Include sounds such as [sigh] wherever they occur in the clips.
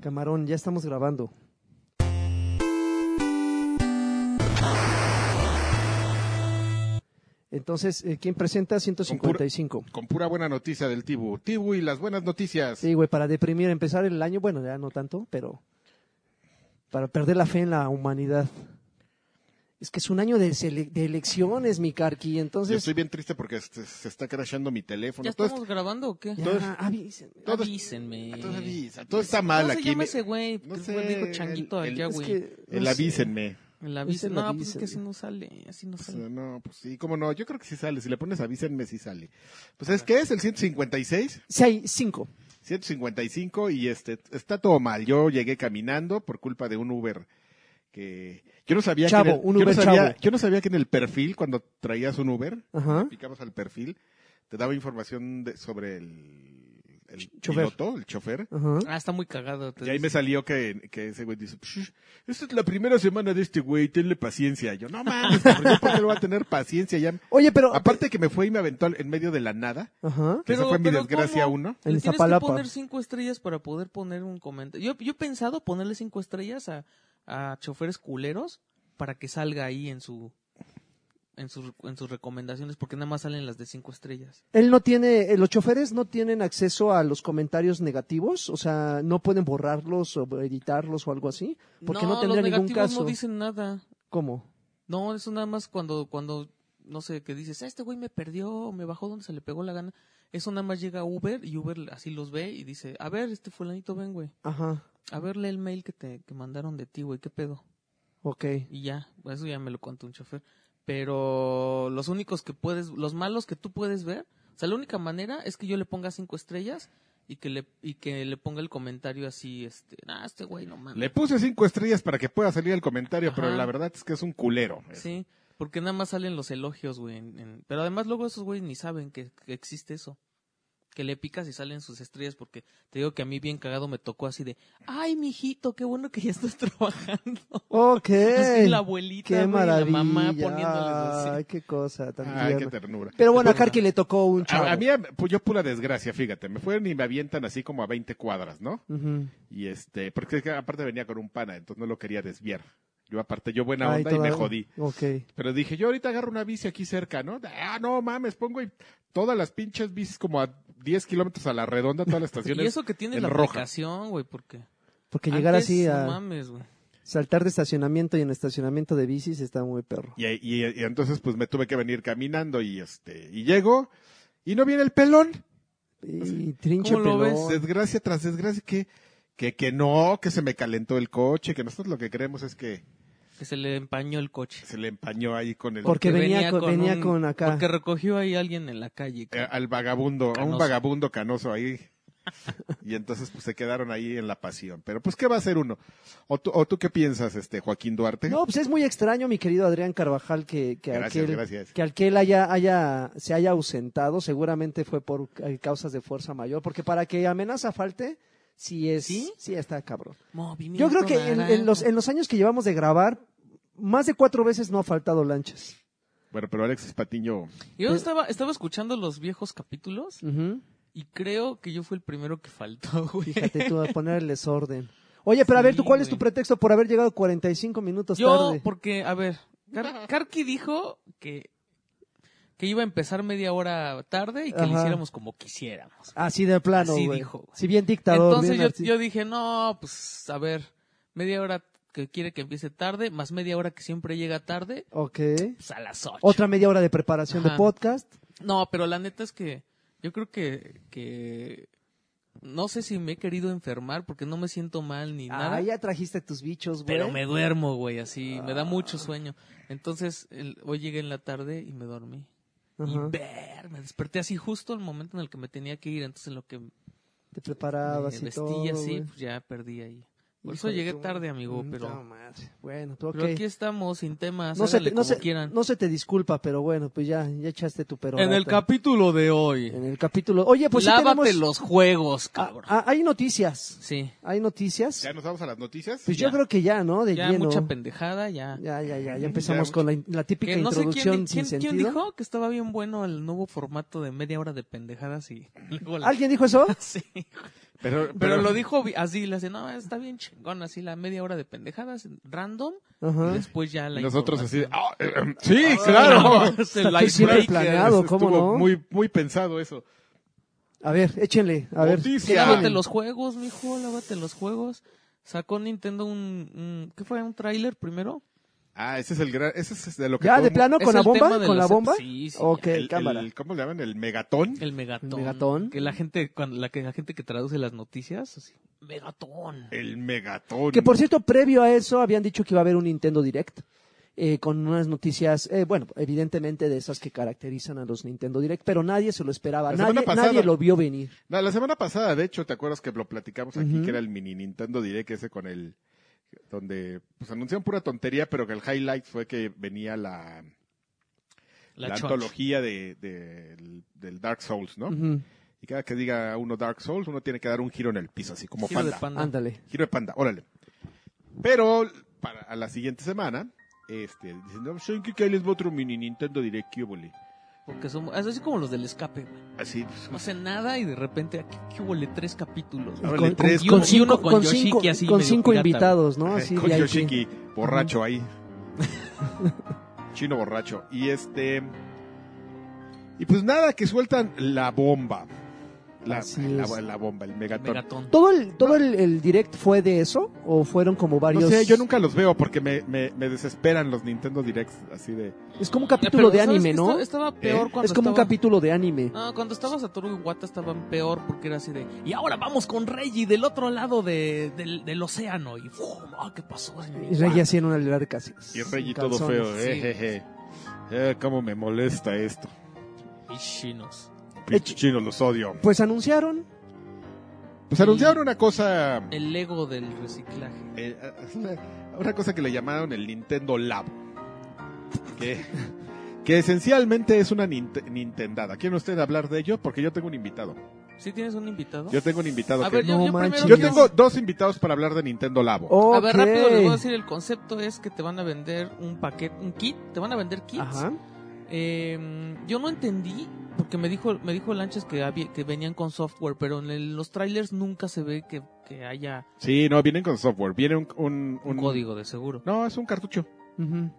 Camarón, ya estamos grabando. Entonces, eh, ¿quién presenta? 155. Con pura buena noticia del Tibu. Tibu y las buenas noticias. Sí, güey, para deprimir, empezar el año, bueno, ya no tanto, pero para perder la fe en la humanidad. Es que es un año de, sele- de elecciones, mi carqui, Yo entonces... estoy bien triste porque este- se está crashando mi teléfono. ¿Ya Todo, estamos grabando o qué? Ya, Entonces- avísenme. todo es- Avísenme. está- todo avisa, todo está mal ¿Cómo se aquí. llama ese güey? No Que sé, güey dijo changuito el- allá, Es güey. que, no El sé. avísenme. El Es aviso. el No, pues es avísenme. que así no sale. Así no Pues, sale. no, pues sí, cómo no. Yo creo que sí sale. Si le pones avísenme, sí sale. Pues es que es el 156, Seis, cinco. 155 y este está todo mal. Yo llegué caminando por culpa de un Uber que yo no sabía Chavo, que en el- un yo no Uber sabía- chavo. yo no sabía que en el perfil cuando traías un Uber Ajá. picabas al perfil, te daba información de- sobre el, el Chofer. piloto, el chofer. Ajá. Ah, está muy cagado. te Y ahí me dice. salió que, que ese güey dice, "Psh, esta es la primera semana de este güey, tenle paciencia. Yo, no mames, cabrón, ¿yo ¿por qué le voy a tener paciencia? Ya, Oye, pero... aparte que me fue y me aventó al- en medio de la nada, Ajá. que esa Pero- fue mi pero desgracia ¿cómo? uno. En Le Pues tienes que Iztapalapa. poner cinco estrellas para poder poner un comentario. Yo, yo he pensado ponerle cinco estrellas a, a choferes culeros para que salga ahí en su en sus en sus recomendaciones porque nada más salen las de cinco estrellas. Él no tiene, eh, los choferes no tienen acceso a los comentarios negativos, o sea, no pueden borrarlos o editarlos o algo así, porque no, tendría los ningún negativos caso. no dicen nada. ¿Cómo? No, eso nada más cuando, cuando, no sé, que dices, "Ah, este güey me perdió, me bajó donde se le pegó la gana. Eso nada más llega a Uber y Uber así los ve y dice, a ver, este fulanito, ven, güey. Ajá, A ver, lee el mail que te que mandaron de ti, güey, qué pedo. [laughs] ok. Y ya, eso ya me lo contó un chofer. Pero los únicos que puedes, los malos que tú puedes ver, o sea, la única manera es que yo le ponga cinco estrellas y que le, y que le ponga el comentario así, este, ah, este güey no mames. Le puse cinco estrellas para que pueda salir el comentario, pero Ajá. la verdad es que es un culero. Sí, porque nada más salen los elogios, güey. en- en- Pero además luego esos güeyes ni saben que, que existe eso. Que le picas y salen sus estrellas porque te digo que a mí bien cagado me tocó así de, ay, mijito, qué bueno que ya estás [laughs] trabajando. Ok. Así la abuelita, qué güey, maravilla. la mamá poniéndoles Ay, así. qué cosa tan Ay, qué tierna. ternura. Pero bueno, a ternura. Karki le tocó un chavo. A, a mí, a- pues yo pura desgracia, fíjate, me fueron y me avientan así como a 20 cuadras, ¿no? Ujú. Y este, porque es que aparte venía con un pana, entonces no lo quería desviar. Yo aparte, yo buena Ay, onda y toda- me jodí. Ok. Pero dije, yo ahorita agarro una bici aquí cerca, ¿no? Ah, no mames, pongo y todas las pinches bicis como a 10 kilómetros a la redonda, todas las Y estaciones. eso que tienes en la roja. aplicación, güey, porque... Porque llegar antes, así no a mames, güey. saltar de estacionamiento y en estacionamiento de bicis está muy perro. Y, y- y entonces pues me tuve que venir caminando y este, y llego y no viene el pelón. Y trinche ¿Cómo lo pelón. Desgracia tras desgracia que, que, que no, que se me calentó el coche, que nosotros lo que queremos es que Que se le empañó el coche. se le empañó ahí con el... Por- Porque venía con- venía con acá. Porque recogió ahí a alguien en la calle. eh, cabrón. al vagabundo, a un Canoso. vagabundo canoso ahí. Y entonces pues se quedaron ahí en la pasión. Pero pues ¿qué va a hacer uno? ¿O tú, o tú qué piensas, este Joaquín Duarte? No, pues es muy extraño, mi querido Adrián Carvajal, que, que Gracias, aquel, gracias. que aquel haya, haya, se haya ausentado. Seguramente fue por eh, causas de fuerza mayor, porque para que amenaza falte, sí es, sí, ¿Sí? está cabrón. Movimiento Yo creo que en, en los, en los años que llevamos de grabar, más de cuatro veces no ha faltado lanchas. Bueno, pero Alexis Patiño, Yo estaba, estaba escuchando los viejos capítulos Ujú. y creo que yo fui el primero que faltó, [laughs] güey. Fíjate tú, a ponerles orden. Oye, pero a ver, Sí, ¿tú cuál es tu güey. pretexto por haber llegado 45 minutos Yo, tarde? porque, a ver, Kar- Karki dijo que, que iba a empezar media hora tarde y que Ajá. lo hiciéramos como quisiéramos. Así de plano, Así güey. dijo, güey. Si bien dictador, Entonces bien yo, arti- yo dije, no, pues, a ver, media hora que quiere que empiece tarde, más media hora que siempre llega tarde, Ok. pues a las ocho. Otra media hora de preparación de Ajá. podcast. No, pero la neta es que yo creo que, que no sé si me he querido enfermar porque no me siento mal ni nada. Ah, ya trajiste tus bichos, güey. Pero me duermo, güey, así, me da Ah. mucho sueño. Entonces, el- hoy llegué en la tarde y me dormí. Ajá. Y ver, me desperté así justo el momento en el que me tenía que ir, entonces en lo que me Te preparabas y vestí Ah, todo, así, güey. pues ya perdí ahí. Por Hijo eso de llegué tu- tarde, amigo, Mm, pero, no, madre. Bueno, tú ok. pero aquí estamos, sin temas, no, se te, háganle no, como se, quieran. no se te disculpa, pero bueno, pues ya, ya echaste tu pero. en el capítulo de hoy, En el capítulo. Oye, pues sí lávate tenemos... los juegos, Ah, cabrón. ah, hay noticias. sí. Hay noticias. ¿ya nos vamos a las noticias? Pues yo ya. creo que ya, ¿no? De ya lleno. mucha pendejada, ya. Ya, ya, ya. Ya empezamos Ya con la, in- la típica Que no sé quién, introducción di- quién- sin quién sentido. dijo que estaba bien bueno el nuevo formato de media hora de pendejadas y [laughs] luego la- [laughs] ¿Alguien dijo eso? Sí. Pero, pero, Pero lo dijo bi- así, le hace, no, está bien chingón, así la media hora de pendejadas, random, y Ajá. después ya la Ah. Nosotros así, de, información. "Ah, eh, eh, sí, [laughs] [laughs] claro. Es el Está que siempre icebreaker. planeado. Estuvo ¿cómo no? Muy, muy pensado eso. A ver, échenle. A ver. Noticias. ¿qué Lávate tienen? los juegos, mijo, lávate los juegos. Sacó Nintendo un, un- ¿qué fue? ¿Un tráiler primero? Ah, ese es el gran, ese es de lo que ¿Ya todo de mu- plano Es con la el tema bomba? de ¿Con la los- bomba? Sí, sí, Ok, el- el- cámara. ¿Cómo le llaman? El megatón. El megatón. El megatón. Que la gente, cuando, la, que, la gente que traduce las noticias, así, megatón. El megatón. Que por cierto, previo a eso habían dicho que iba a haber un Nintendo Direct. eh, con unas noticias, eh, bueno, evidentemente de esas que caracterizan a los Nintendo Direct, pero nadie se lo esperaba, La semana nadie, pasada. nadie lo vio venir. No, la semana pasada, de hecho, ¿te acuerdas que lo platicamos aquí? Ujú. Que era el mini Nintendo Direct ese con el... Donde pues anunciaron pura tontería, pero que el highlight fue que venía la, La, la, choncha. antología de, de- del, del Dark Souls, ¿no? Ujú, Y cada que diga uno Dark Souls, uno tiene que dar un giro en el piso, así como Giro de panda. panda. Ándale. Giro de panda, órale. Pero para a la siguiente semana, este, dicen, no, ¿saben qué? Que ahí les va otro mini Nintendo Direct, ¿qué hubo le?". Porque somos, es así como los del escape, güey. Así, pues, No hace nada y de repente aquí que huele tres capítulos. güey. Órale, Con, tres, con- con y uno cinco, con con Yoshiki cinco- así con medio cinco pirata, invitados, ¿no? Así con de ahí Yoshiki, [laughs] borracho ahí. Chino borracho. Y este. Y pues nada, que sueltan la bomba. La, Así la- es. la bomba, el El megatón. megatón. ¿Todo el, todo el, el Direct fue de eso? ¿O fueron como varios? No sé, yo nunca los veo porque me, me, me desesperan los Nintendo Directs así de. Es como un Eh, capítulo pero, de ¿sabes anime, qué? ¿no? ¿Eh? Esta- Estaba peor cuando Es como un estaba- capítulo de anime. No, cuando estaba Satoru Iwata estaban peor porque era así de. Y ahora vamos con Reggie del otro lado de- del, del océano. Y ¡fum! ¡Ah, qué pasó! señor Y Reggie Iwata? así en una alberca. así, Y Reggie en todo calzones. feo, eh, sí. jeje. Eh, cómo me molesta esto. Ah, Y chinos. Pinches chinos, los odio. Pues anunciaron. Pues anunciaron una cosa. El Lego del reciclaje. eh, una- una cosa que le llamaron el Nintendo Lab. Que, que esencialmente es una ninte- Nintendada. ¿Quieren usted hablar de ello? Porque yo tengo un invitado. ¿Sí tienes un invitado? Yo tengo un invitado. a que- ver, yo, No yo manches. primero yo quiero- tengo dos invitados para hablar de Nintendo Labo. Ok. A ver, rápido les voy a decir el concepto es que te van a vender un paquete, un kit, te van a vender kits. Ajá. Eh, yo no entendí porque me dijo me dijo Lanchas que había- que venían con software, pero en el- los trailers nunca se ve que, que haya Sí, no, vienen con software. Viene un, un- un un- código de seguro. No, es un cartucho. Ujú.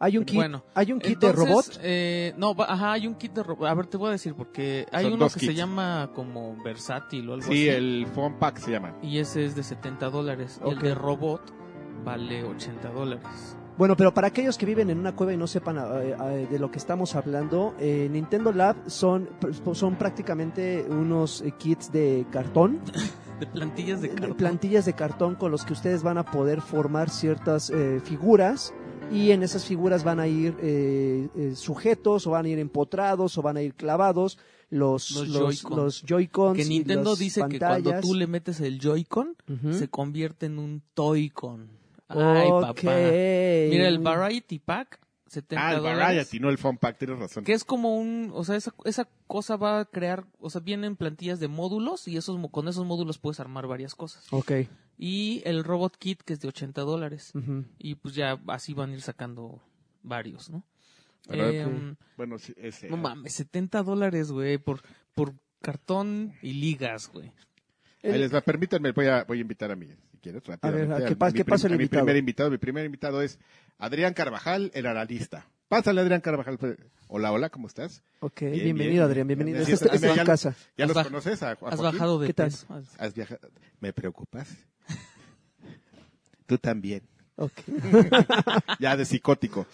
Hay un kit, Bueno, hay un kit de Entonces, robot. eh, no, va- ajá, hay un kit de robot. A ver, te voy a decir porque hay Son uno dos que se kits. llama como versátil o algo así. Sí, el Phone Pack se llama. Y ese es de 70 dólares. Y Ok. El de robot vale 80 dólares. Bueno, pero para aquellos que viven en una cueva y no sepan eh, eh, de lo que estamos hablando, eh, Nintendo Lab son, son prácticamente unos eh, kits de cartón, De plantillas [laughs] de de cartón. plantillas de cartón con los que ustedes van a poder formar ciertas eh, figuras y en esas figuras van a ir eh, eh, sujetos o van a ir empotrados o van a ir clavados los Los los, Joy-Con. los Joy-Cons que y Nintendo las dice que cuando pantallas. tú le metes el Joy-Con, Ujú. se convierte en un Toy-Con. Ay, Ok. papá. Mira, Eh, el Variety Pack, 70 Ah, el dólares. Variety, no el Phone Pack, tienes razón. Que es como un, o sea, esa, esa cosa va a crear, o sea, vienen plantillas de módulos y esos mo- con esos módulos puedes armar varias cosas. Ok. Y el Robot Kit, que es de 80 dólares. Ujú. Y pues ya así van a ir sacando varios, ¿no? Pero, Em, Bueno, sí, ese. no mames, 70 dólares, güey, por, por cartón y ligas, güey. Ahí les va, permítanme, voy a, voy a invitar a mí, si quieres, rápidamente. a que pas- mi que pase el a mi invitado. primer invitado. Mi primer invitado es Adrián Carvajal, el analista. Pásale, Adrián Carvajal. pues. Hola, hola, ¿cómo estás? Ok, Bien, Eh, bienvenido bien, Adrián, bien. bienvenido. Así Esta es, esta es ya tu lo- casa. ¿Ya Has los baj- conoces a, a Has Joaquín? bajado de ¿Qué tal? peso. Has- ¿Has viajado? ¿Me preocupas? [laughs] Tú también. Ok. Ya de psicótico.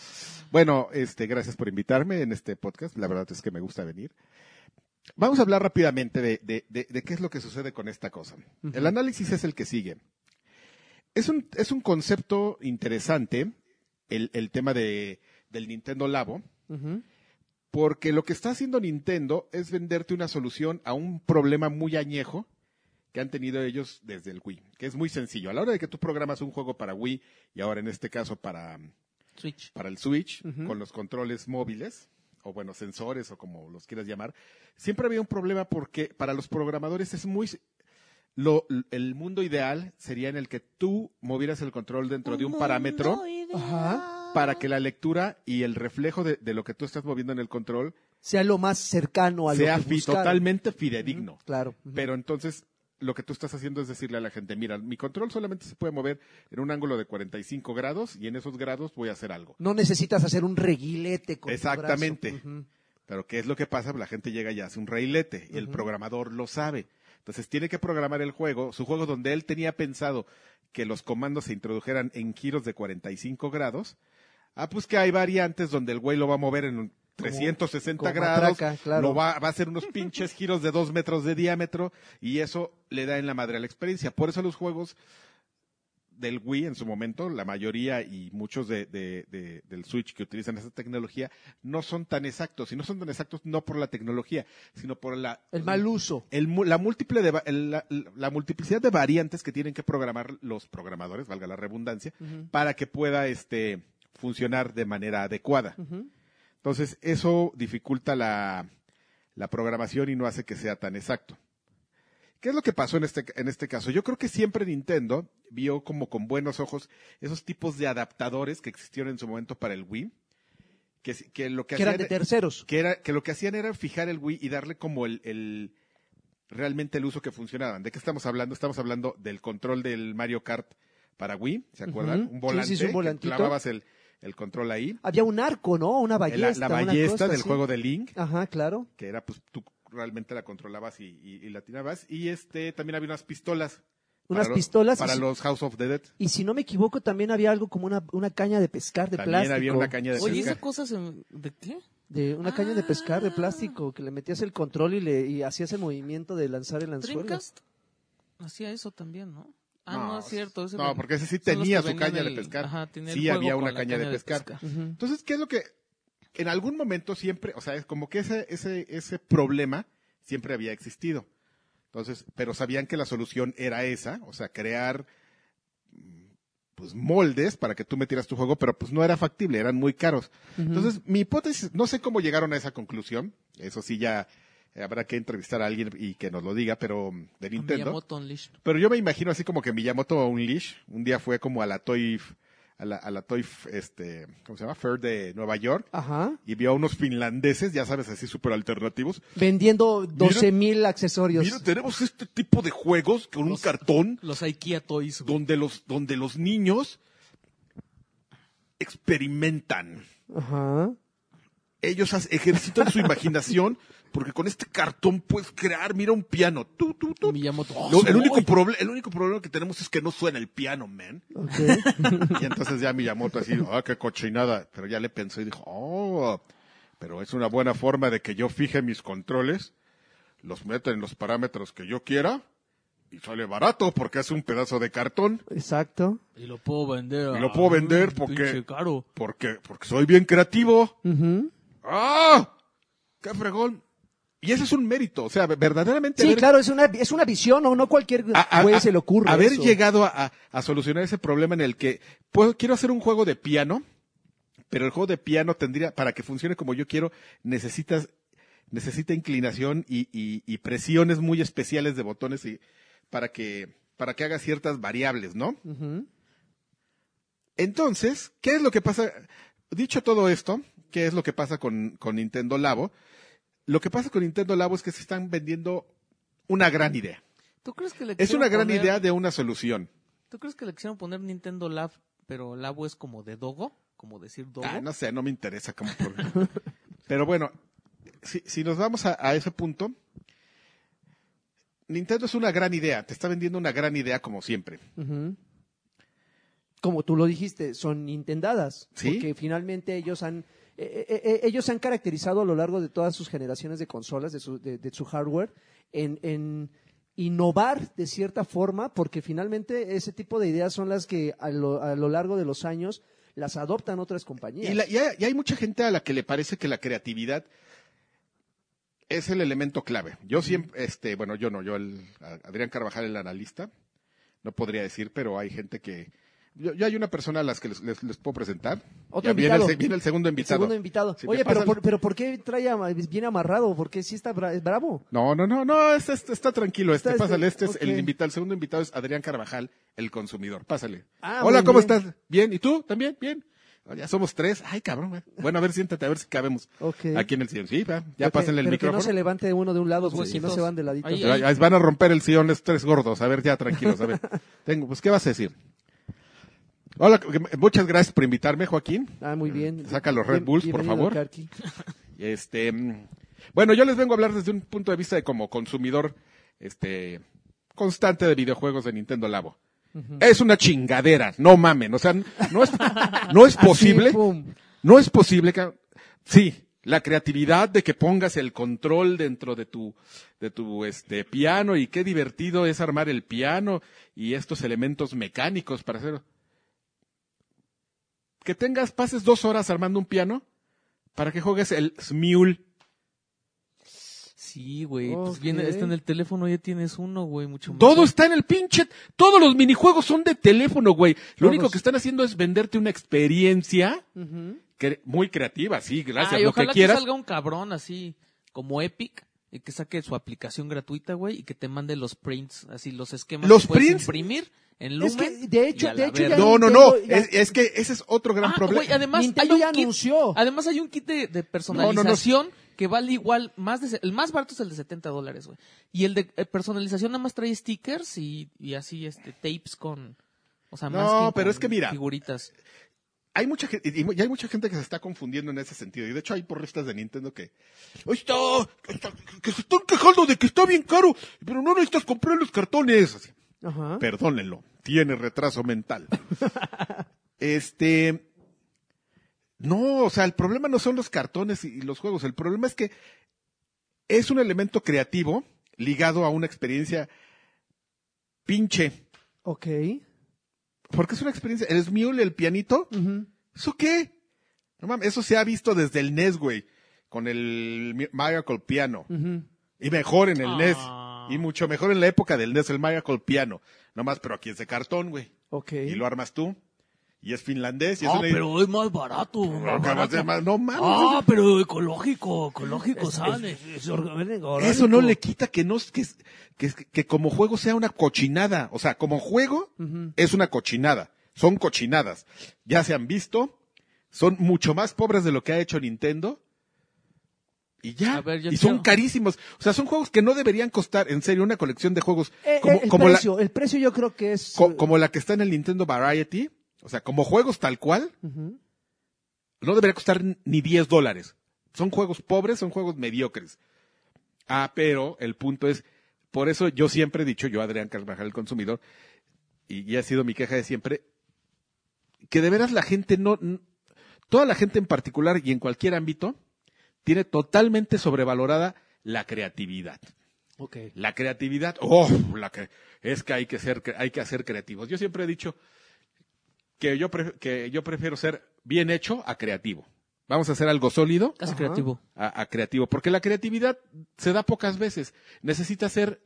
Bueno, este, gracias por invitarme en este podcast. La verdad es que me gusta venir. Vamos a hablar rápidamente de, de- de- de qué es lo que sucede con esta cosa. El análisis es el que sigue. Es un, es un concepto interesante el, el tema de, del Nintendo Labo, Ujú. porque lo que está haciendo Nintendo es venderte una solución a un problema muy añejo que han tenido ellos desde el Wii, que es muy sencillo. A la hora de que tú programas un juego para Wii y ahora en este caso para, Switch. para el Switch, Ujú. con los controles móviles, o bueno, sensores, o como los quieras llamar, siempre había un problema porque para los programadores es muy... lo- el mundo ideal sería en el que tú movieras el control dentro de un parámetro Ajá. para que la lectura y el reflejo de, de lo que tú estás moviendo en el control Sea lo más cercano a lo sea que fi- buscaron. totalmente fidedigno. Claro. Ujú. Pero entonces lo que tú estás haciendo es decirle a la gente, mira, mi control solamente se puede mover en un ángulo de 45 grados y en esos grados voy a hacer algo. No necesitas hacer un reguilete con tu Exactamente. brazo. Ujú. Pero ¿qué es lo que pasa? La gente llega y hace un reilete y el programador lo sabe. Entonces tiene que programar el juego, su juego donde él tenía pensado que los comandos se introdujeran en giros de 45 grados. Ah, pues que hay variantes donde el güey lo va a mover en un 360 como grados, matraca, claro. lo va, va a hacer unos [laughs] pinches giros de dos metros de diámetro y eso le da en la madre a la experiencia. Por eso los juegos del Wii en su momento, la mayoría y muchos de, de- de- del Switch que utilizan esa tecnología no son tan exactos. Y no son tan exactos no por la tecnología, sino por la... El mal uso. el mu- la, múltiple de va- el- la, la multiplicidad de variantes que tienen que programar los programadores, valga la redundancia, para que pueda este, funcionar de manera adecuada. Ujú. Entonces, eso dificulta la, la programación y no hace que sea tan exacto. ¿Qué es lo que pasó en este, en este caso? Yo creo que siempre Nintendo vio como con buenos ojos esos tipos de adaptadores que existieron en su momento para el Wii, que, si- que lo que, Que eran de hacían- terceros. que, era, que lo que hacían era fijar el Wii y darle como el, el- realmente el uso que funcionaban. ¿De qué estamos hablando? Estamos hablando del control del Mario Kart para Wii, ¿se acuerdan? Ujú. Un Sí, volante, sí, es un que volantito. clavabas el, el control ahí. Había un arco, ¿no? Una La- ballesta. la, una ballesta cosa del así. juego de Link, Ajá, claro. que era pues tú realmente la controlabas y, y- y la tirabas. Y este también había unas pistolas. Unas para lo- pistolas y para si- los House of the Dead. Y si no me equivoco, también había algo como una, una caña de pescar de También plástico. había una caña de Oye, pescar. esa cosa se... ¿De qué? De una caña de pescar de Ah. plástico que le metías el control y le y hacías el movimiento de lanzar el anzuelo. Dreamcast hacía eso también, ¿no? Ah, no, es cierto. ese No, ven- porque ese sí son los tenía que su vendían caña de el- pescar. Ajá, tenía el sí juego había con una la caña, de pescar. Ujú. Entonces, ¿qué es lo que en algún momento siempre, o sea, es como que ese, ese, ese problema siempre había existido. Entonces, pero sabían que la solución era esa, o sea, crear mm, pues moldes para que tú metieras tu juego, pero pues no era factible, eran muy caros. Entonces, mi hipótesis, no sé cómo llegaron a esa conclusión, eso sí ya eh, habrá que entrevistar a alguien y que nos lo diga, pero mm, de Nintendo. Miyamoto Unleashed. Pero yo me imagino así como que Miyamoto Unleash un día fue como a la Toy, F- a la, a la Toy, F- este, ¿cómo se llama? Fair de Nueva York Ajá. y vio a unos finlandeses, ya sabes, así súper alternativos. Vendiendo 12 mil accesorios. Mira, tenemos este tipo de juegos con un Los- cartón Los IKEA Toys. güey. donde los, donde los niños experimentan. Ajá. Ellos has- ejercitan su imaginación porque con este cartón puedes crear, mira, un piano. Tú, tú, tú. Miyamoto. Lo- el, ¡Oh, único ay! proble- el único problema que tenemos es que no suena el piano, man. Ok. [laughs] Y entonces ya Miyamoto así, ah, qué cochinada. Pero ya le pensó y dijo, oh, pero es una buena forma de que yo fije mis controles, los meta en los parámetros que yo quiera y sale barato porque es un pedazo de cartón. Exacto. Y lo puedo vender. Y lo puedo a- vender porque- pinche caro. Porque, porque soy bien creativo. Ujú. ¡Ah! ¡Qué fregón! Y ese es un mérito, o sea, verdaderamente. Sí, haber- claro, es una, es una visión, ¿no? No cualquier a- a- güey a- Pues, se le ocurre. Haber eso. llegado a, a- a solucionar ese problema en el que puedo, quiero hacer un juego de piano, pero el juego de piano tendría, para que funcione como yo quiero, necesitas, necesita inclinación y, y- y presiones muy especiales de botones y, para que, para que haga ciertas variables, ¿no? Ujú. Entonces, ¿qué es lo que pasa? Dicho todo esto, ¿qué es lo que pasa con, con Nintendo Labo? Lo que pasa con Nintendo Labo es que se están vendiendo una gran idea. ¿Tú crees que le Es una quisieron gran poner- idea de una solución. ¿Tú crees que le quisieron poner Nintendo Lab, pero Labo es como de Dogo? Como decir Dogo. Ah, no sé, no me interesa como por- [laughs] Pero bueno, si, si nos vamos a, a ese punto, Nintendo es una gran idea, te está vendiendo una gran idea como siempre. Ujú. Como tú lo dijiste, son intendadas, Sí. porque finalmente ellos han eh, eh, eh, ellos se han caracterizado a lo largo de todas sus generaciones de consolas, de su, de, de su hardware, en, en innovar de cierta forma, porque finalmente ese tipo de ideas son las que a lo, a lo largo de los años las adoptan otras compañías. Y, la- y hay, y hay mucha gente a la que le parece que la creatividad es el elemento clave. Yo siempre, este, bueno, yo no, yo el a- Adrián Carvajal, el analista, no podría decir, pero hay gente que yo, yo hay una persona a las que les, les- les puedo presentar. Otro Ya viene, el, invitado. se- viene el segundo invitado. Segundo invitado. Si me Oye, pero, pasan- por, pero ¿por qué trae ama- viene amarrado? Porque sí está bra- bravo. No, no, no, no, este, este está tranquilo, este, Está- pásale, este está- es el ok. invitado, el segundo invitado es Adrián Carvajal, el consumidor, pásale. Ah, Hola, muy ¿cómo bien. estás? Bien, ¿y tú? ¿También? Bien. Ya somos tres. Ay, cabrón, güey. Bueno, a ver, siéntate, a ver si cabemos. Ok. Aquí en el sillón. Sí, va. Ya Pero que- pásenle el pero micrófono. Que no se levante uno de un lado, Los porque si no huesitos. se van de ladito. Ahí, Ay, ay, Van a romper el sillón los tres gordos. A ver, ya, tranquilos. A [laughs] ver. Tengo, pues, ¿qué vas a decir? Hola, que- muchas gracias por invitarme, Joaquín. Ah, muy bien. Mm. Saca los Red Bien- Bulls, por bienvenido, favor. Karki. Este, mm, bueno, yo les vengo a hablar desde un punto de vista de como consumidor este, constante de videojuegos de Nintendo Labo. Es una chingadera, no mamen. O sea, no es, no es [laughs] Así, [laughs] posible. Ah, pum. No es posible que... Sí, la creatividad de que pongas el control dentro de tu, de tu este, piano y qué divertido es armar el piano y estos elementos mecánicos para hacer... Que tengas, pases dos horas armando un piano para que juegues el Smule. Sí, güey. Pues Ok. viene, está en el teléfono, ya tienes uno, güey, mucho más. Todo está en el pinche... Todos los minijuegos son de teléfono, güey. Lo Todos. único que están haciendo es venderte una experiencia Ujú. cre- muy creativa, sí, gracias, Ay, lo que ojalá quieras. salga un cabrón así, como Epic, y que saque su aplicación gratuita, güey, y que te mande los prints, así los esquemas Los que puedes prints. imprimir en Lumen. Es que, de hecho- y a de la hecho ya verga. No, no, no. Nintendo ya- Es, es que ese es otro gran Ah, problema. güey, además Nintendo hay ya un kit, anunció. además hay un kit de, de personalización que vale igual más de se- el más barato es el de 70 dólares, güey. Y el de eh, personalización nada más trae stickers y, y así este tapes con o sea, No, masking pero con es que mira. figuritas. hay mucha gente, y, y hay mucha gente que se está confundiendo en ese sentido. Y de hecho hay porristas de Nintendo que, "Ahí está, está- que se están quejando de que está bien caro, pero no necesitas comprar los cartones. Así, Ajá. Perdónenlo, tiene retraso mental. este, no, o sea, el problema no son los cartones y, y los juegos. El problema es que es un elemento creativo ligado a una experiencia pinche. Ok. Porque es una experiencia, el Smule, el pianito, Ujú. ¿Eso qué? No mames, eso se ha visto desde el NES, güey. Con el Mi- Miracle Piano. Ujú. Y mejor en el NES. Ah. Y mucho mejor en la época del NES, el Miracle Piano. Nomás, pero aquí es de cartón, güey. Ok. Y lo armas tú. Y es finlandés. Y es Ah, una- pero es más barato. más No, barato. mames, no mames. Ah, pero ecológico, ecológico, sale. Eso no le quita que no que, que, que como juego sea una cochinada. O sea, como juego Ujú. es una cochinada. Son cochinadas. Ya se han visto. Son mucho más pobres de lo que ha hecho Nintendo. Y ya. A ver, yo y son quiero- carísimos. O sea, son juegos que no deberían costar, en serio, una colección de juegos Eh, eh, como, el, como la, precio, el precio yo creo que es... co- como la que está en el Nintendo Variety. O sea, como juegos tal cual, Ujú. no debería costar ni 10 dólares. Son juegos pobres, son juegos mediocres. Ah, pero el punto es, por eso yo siempre he dicho, yo Adrián Carvajal, el consumidor, y, y ha sido mi queja de siempre, que de veras la gente no, n- toda la gente en particular y en cualquier ámbito, tiene totalmente sobrevalorada la creatividad. Ok. La creatividad, oh, la que es que hay que ser, cre- hay que ser creativos. Yo siempre he dicho que yo, pref- que yo prefiero ser bien hecho a creativo. Vamos a hacer algo sólido Casi Ajá. creativo. a, a creativo, porque la creatividad se da pocas veces. Necesitas ser,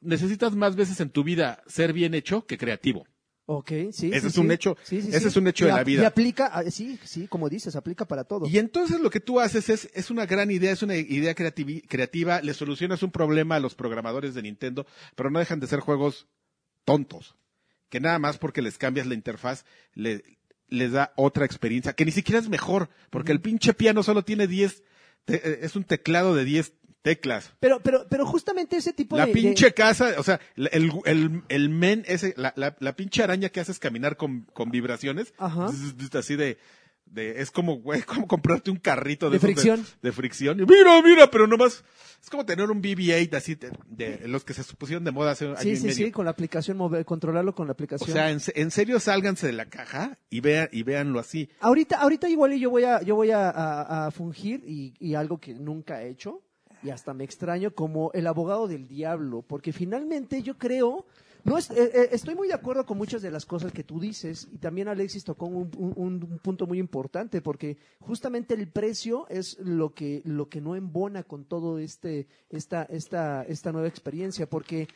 necesitas más veces en tu vida ser bien hecho que creativo. Ok, sí. Ese sí, es un sí. hecho- Sí, sí, ese sí. es un hecho de Y la ap- vida. Y aplica, ah, sí, sí, como dices, aplica para todo. Y entonces lo que tú haces es, es una gran idea, es una idea creativi- creativa, le solucionas un problema a los programadores de Nintendo, pero no dejan de ser juegos tontos, que nada más porque les cambias la interfaz, le- les da otra experiencia, que ni siquiera es mejor, porque el pinche piano solo tiene 10, te- eh, es un teclado de 10 teclas. Pero, pero, pero justamente ese tipo La Pues, de... pinche casa, o sea, la- el, el, el men, ese, la, la, la pinche araña que haces caminar con, con vibraciones, Ajá. zzz, zzz, así de, de, es como, güey, [laughs] como comprarte un carrito de, De esos fricción. De, fricción. Y mira, mira, pero nomás, es como tener un BB-8 así, de, de los que se pusieron de moda hace un de- año Sí, y sí, medio. sí, con la aplicación, mover- controlarlo con la O aplicación. sea, en, se- en serio, sálganse de la caja y vean, y véanlo así. Ahorita, ahorita igual y yo voy a, yo voy a, a- a fungir y, y algo que nunca he hecho y hasta me extraño como el abogado del diablo, porque finalmente yo creo, no es- eh, eh, estoy muy de acuerdo con muchas de las cosas que tú dices y también Alexis tocó un, un- un punto muy importante porque justamente el precio es lo que, lo que no embona con todo este, esta, esta, esta nueva experiencia, porque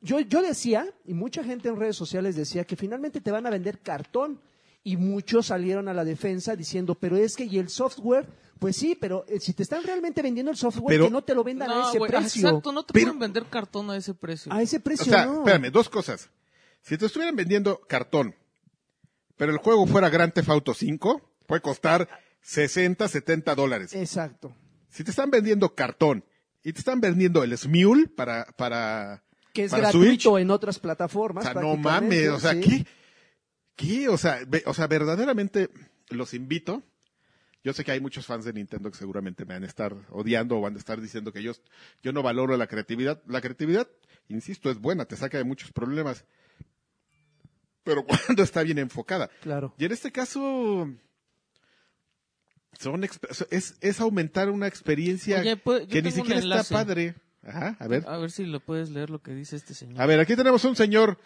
yo, yo decía, y mucha gente en redes sociales decía, que finalmente te van a vender cartón. Y muchos salieron a la defensa diciendo, pero es que, ¿y el software? Pues sí, pero eh, si te están realmente vendiendo el software, Pero- que no te lo vendan a ese güey, precio. Exacto, no te Pero- Ah, pueden vender cartón a ese precio. A ese O precio sea, no. espérame, dos cosas. Si te estuvieran vendiendo cartón, pero el juego fuera Grand Theft Auto 5, puede costar 60, 70 dólares. Exacto. Si te están vendiendo cartón y te están vendiendo el Smule para, para, Que es para gratuito en otras plataformas. o sea, no prácticamente, mames, o sea, sí. ¿qué? ¿Qué? O sea, ve- o sea, verdaderamente los invito. Yo sé que hay muchos fans de Nintendo que seguramente me van a estar odiando o van a estar diciendo que yo, yo no valoro la creatividad. La creatividad, insisto, es buena, te saca de muchos problemas. Pero [laughs] cuando está bien enfocada. Claro. Y en este caso, son exp- es, es aumentar una experiencia Oye, pues, yo que ni tengo un siquiera está enlace. padre. Ajá, a ver. A ver si lo puedes leer lo que dice este señor. A ver, aquí tenemos un señor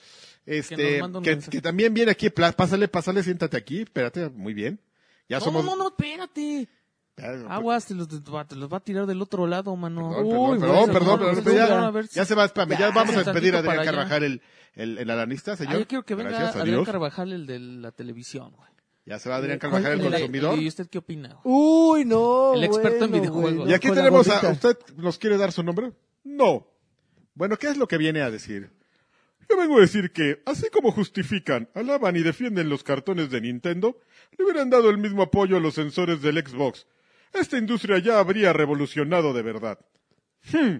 este, Que nos que, manda un mensaje. que también viene aquí. Pla- Pásale, pásale, siéntate aquí. Espérate, muy bien. Ya no, somos. no, no, espérate. Ah, Aguas, te los, te va- te los va a tirar del otro lado, mano. Perdón, perdón, Uy, güey, perdón, perdón, señor, perdón, señor, ya, a ver si- ya se va a spam- ya Ya, vamos a tantito despedir a para Adrián allá. Carvajal, el, el, el alanista, Ah, señor. yo quiero que venga Gracias a Adrián Dios. Carvajal, el de la televisión, güey. Ya se va Adrián Carvajal, el ¿Cuál- de- consumidor. ¿Y usted qué opina? güey? Uy, no. El experto en bueno, videojuegos. güey, Y no, aquí con la tenemos a. gorrita. ¿Usted nos quiere dar su nombre? No. Bueno, ¿qué es lo que viene a decir? Yo vengo a decir que, así como justifican, alaban y defienden los cartones de Nintendo, le hubieran dado el mismo apoyo a los sensores del Xbox. Esta industria ya habría revolucionado de verdad. Hmm.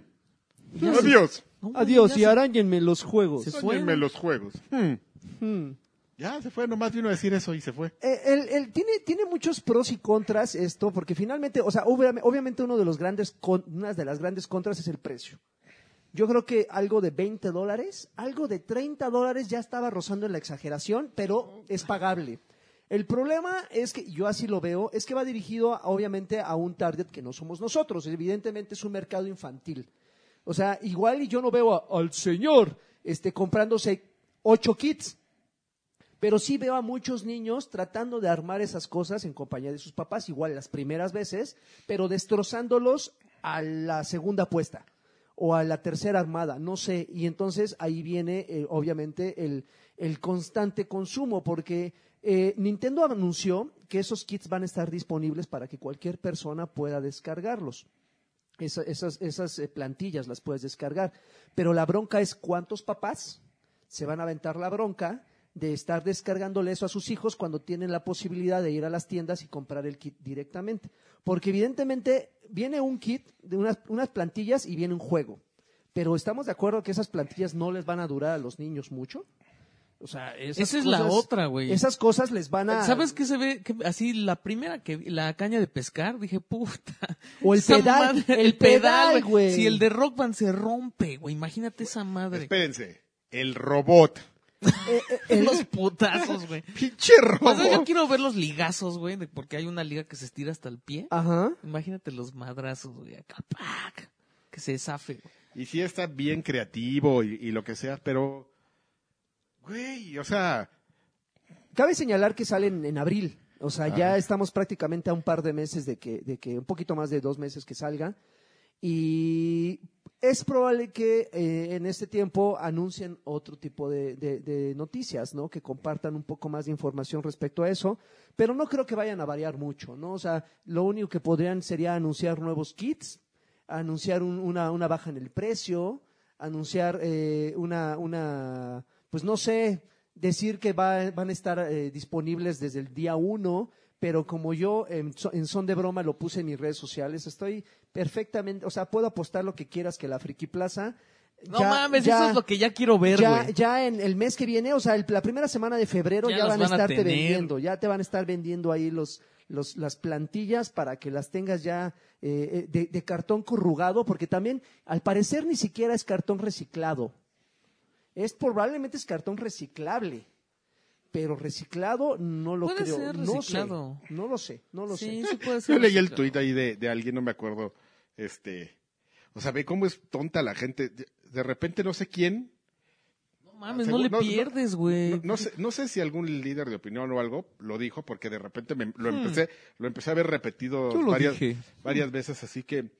Ya se- Adiós. No, güey, Adiós ya y se- aránguenme los juegos. Se fue. Sueñenme los juegos. Hmm. Hmm. Ya se fue, nomás vino a decir eso y se fue. Eh, él- él tiene, tiene muchos pros y contras esto, porque finalmente, o sea, obvia- obviamente uno de los grandes con- una de las grandes contras es el precio. Yo creo que algo de 20 dólares, algo de 30 dólares ya estaba rozando en la exageración, pero es pagable. El problema es que, yo así lo veo, es que va dirigido a- obviamente a un target que no somos nosotros. Evidentemente es un mercado infantil. O sea, igual y yo no veo a- al señor este, comprándose ocho kits pero sí veo a muchos niños tratando de armar esas cosas en compañía de sus papás, igual las primeras veces, pero destrozándolos a la segunda apuesta o a la tercera armada, no sé. Y entonces ahí viene, eh, obviamente, el, el constante consumo, porque eh, Nintendo anunció que esos kits van a estar disponibles para que cualquier persona pueda descargarlos. Esa- esas, esas eh, plantillas las puedes descargar. Pero la bronca es cuántos papás se van a aventar la bronca de estar descargándole eso a sus hijos cuando tienen la posibilidad de ir a las tiendas y comprar el kit directamente. Porque evidentemente viene un kit de unas, unas plantillas y viene un juego. Pero estamos de acuerdo que esas plantillas no les van a durar a los niños mucho. O sea, esas Esa es la cosas- otra, güey. Esas cosas les van a... ¿Sabes qué se ve? Que así la primera que vi, la caña de pescar, dije, puta. O el esa pedal, el pedal, güey. Si el de Rock Band se rompe, güey, imagínate esa madre. Espérense. El robot. Eh, eh, el- [laughs] Los putazos, güey. Pinche O sea, yo robot. quiero ver los ligazos, güey, de- porque hay una liga que se estira hasta el pie. Ajá. Imagínate los madrazos, güey, acá, ¡pac! que se zafe. güey. Y sí está bien creativo y, y lo que sea, pero... Güey, o sea... Cabe señalar que salen en abril. O sea, ya estamos prácticamente a un par de meses de que, de que, un poquito más de dos meses que salga. Y es probable que eh, en este tiempo anuncien otro tipo de, de- de noticias, ¿no? Que compartan un poco más de información respecto a eso. Pero no creo que vayan a variar mucho, ¿no? O sea, lo único que podrían sería anunciar nuevos kits, anunciar un- una, una baja en el precio, anunciar eh, una, una, pues no sé, decir que va- van a estar eh, disponibles desde el día uno, pero como yo en, so- en son de broma lo puse en mis redes sociales, estoy perfectamente, o sea, puedo apostar lo que quieras que la Friki Plaza. No ya- mames, ya- eso es lo que ya quiero ver, ya, güey. ya en el mes que viene, o sea, el- la primera semana de febrero Ya ya, los van a van a estarte tener. vendiendo, ya te van a estar vendiendo ahí los, los las plantillas para que las tengas ya eh, eh, de, de cartón corrugado, porque también al parecer ni siquiera es cartón reciclado, es probablemente es cartón reciclable, pero reciclado no lo Puede creo, ser no sé, reciclado. no lo sé, no lo Sí, sé. sí puede ser. Yo leí el reciclado. tuit ahí de, de alguien, no me acuerdo. Este... O sea, ve cómo es tonta la gente. De, de repente no sé quién... No mames, Según- no le pierdes, güey. No, no sé, no sé si algún líder de opinión o algo lo dijo, porque de repente me- lo, empecé, lo empecé a ver repetido Hmm. Yo lo varias, dije. varias veces, así que...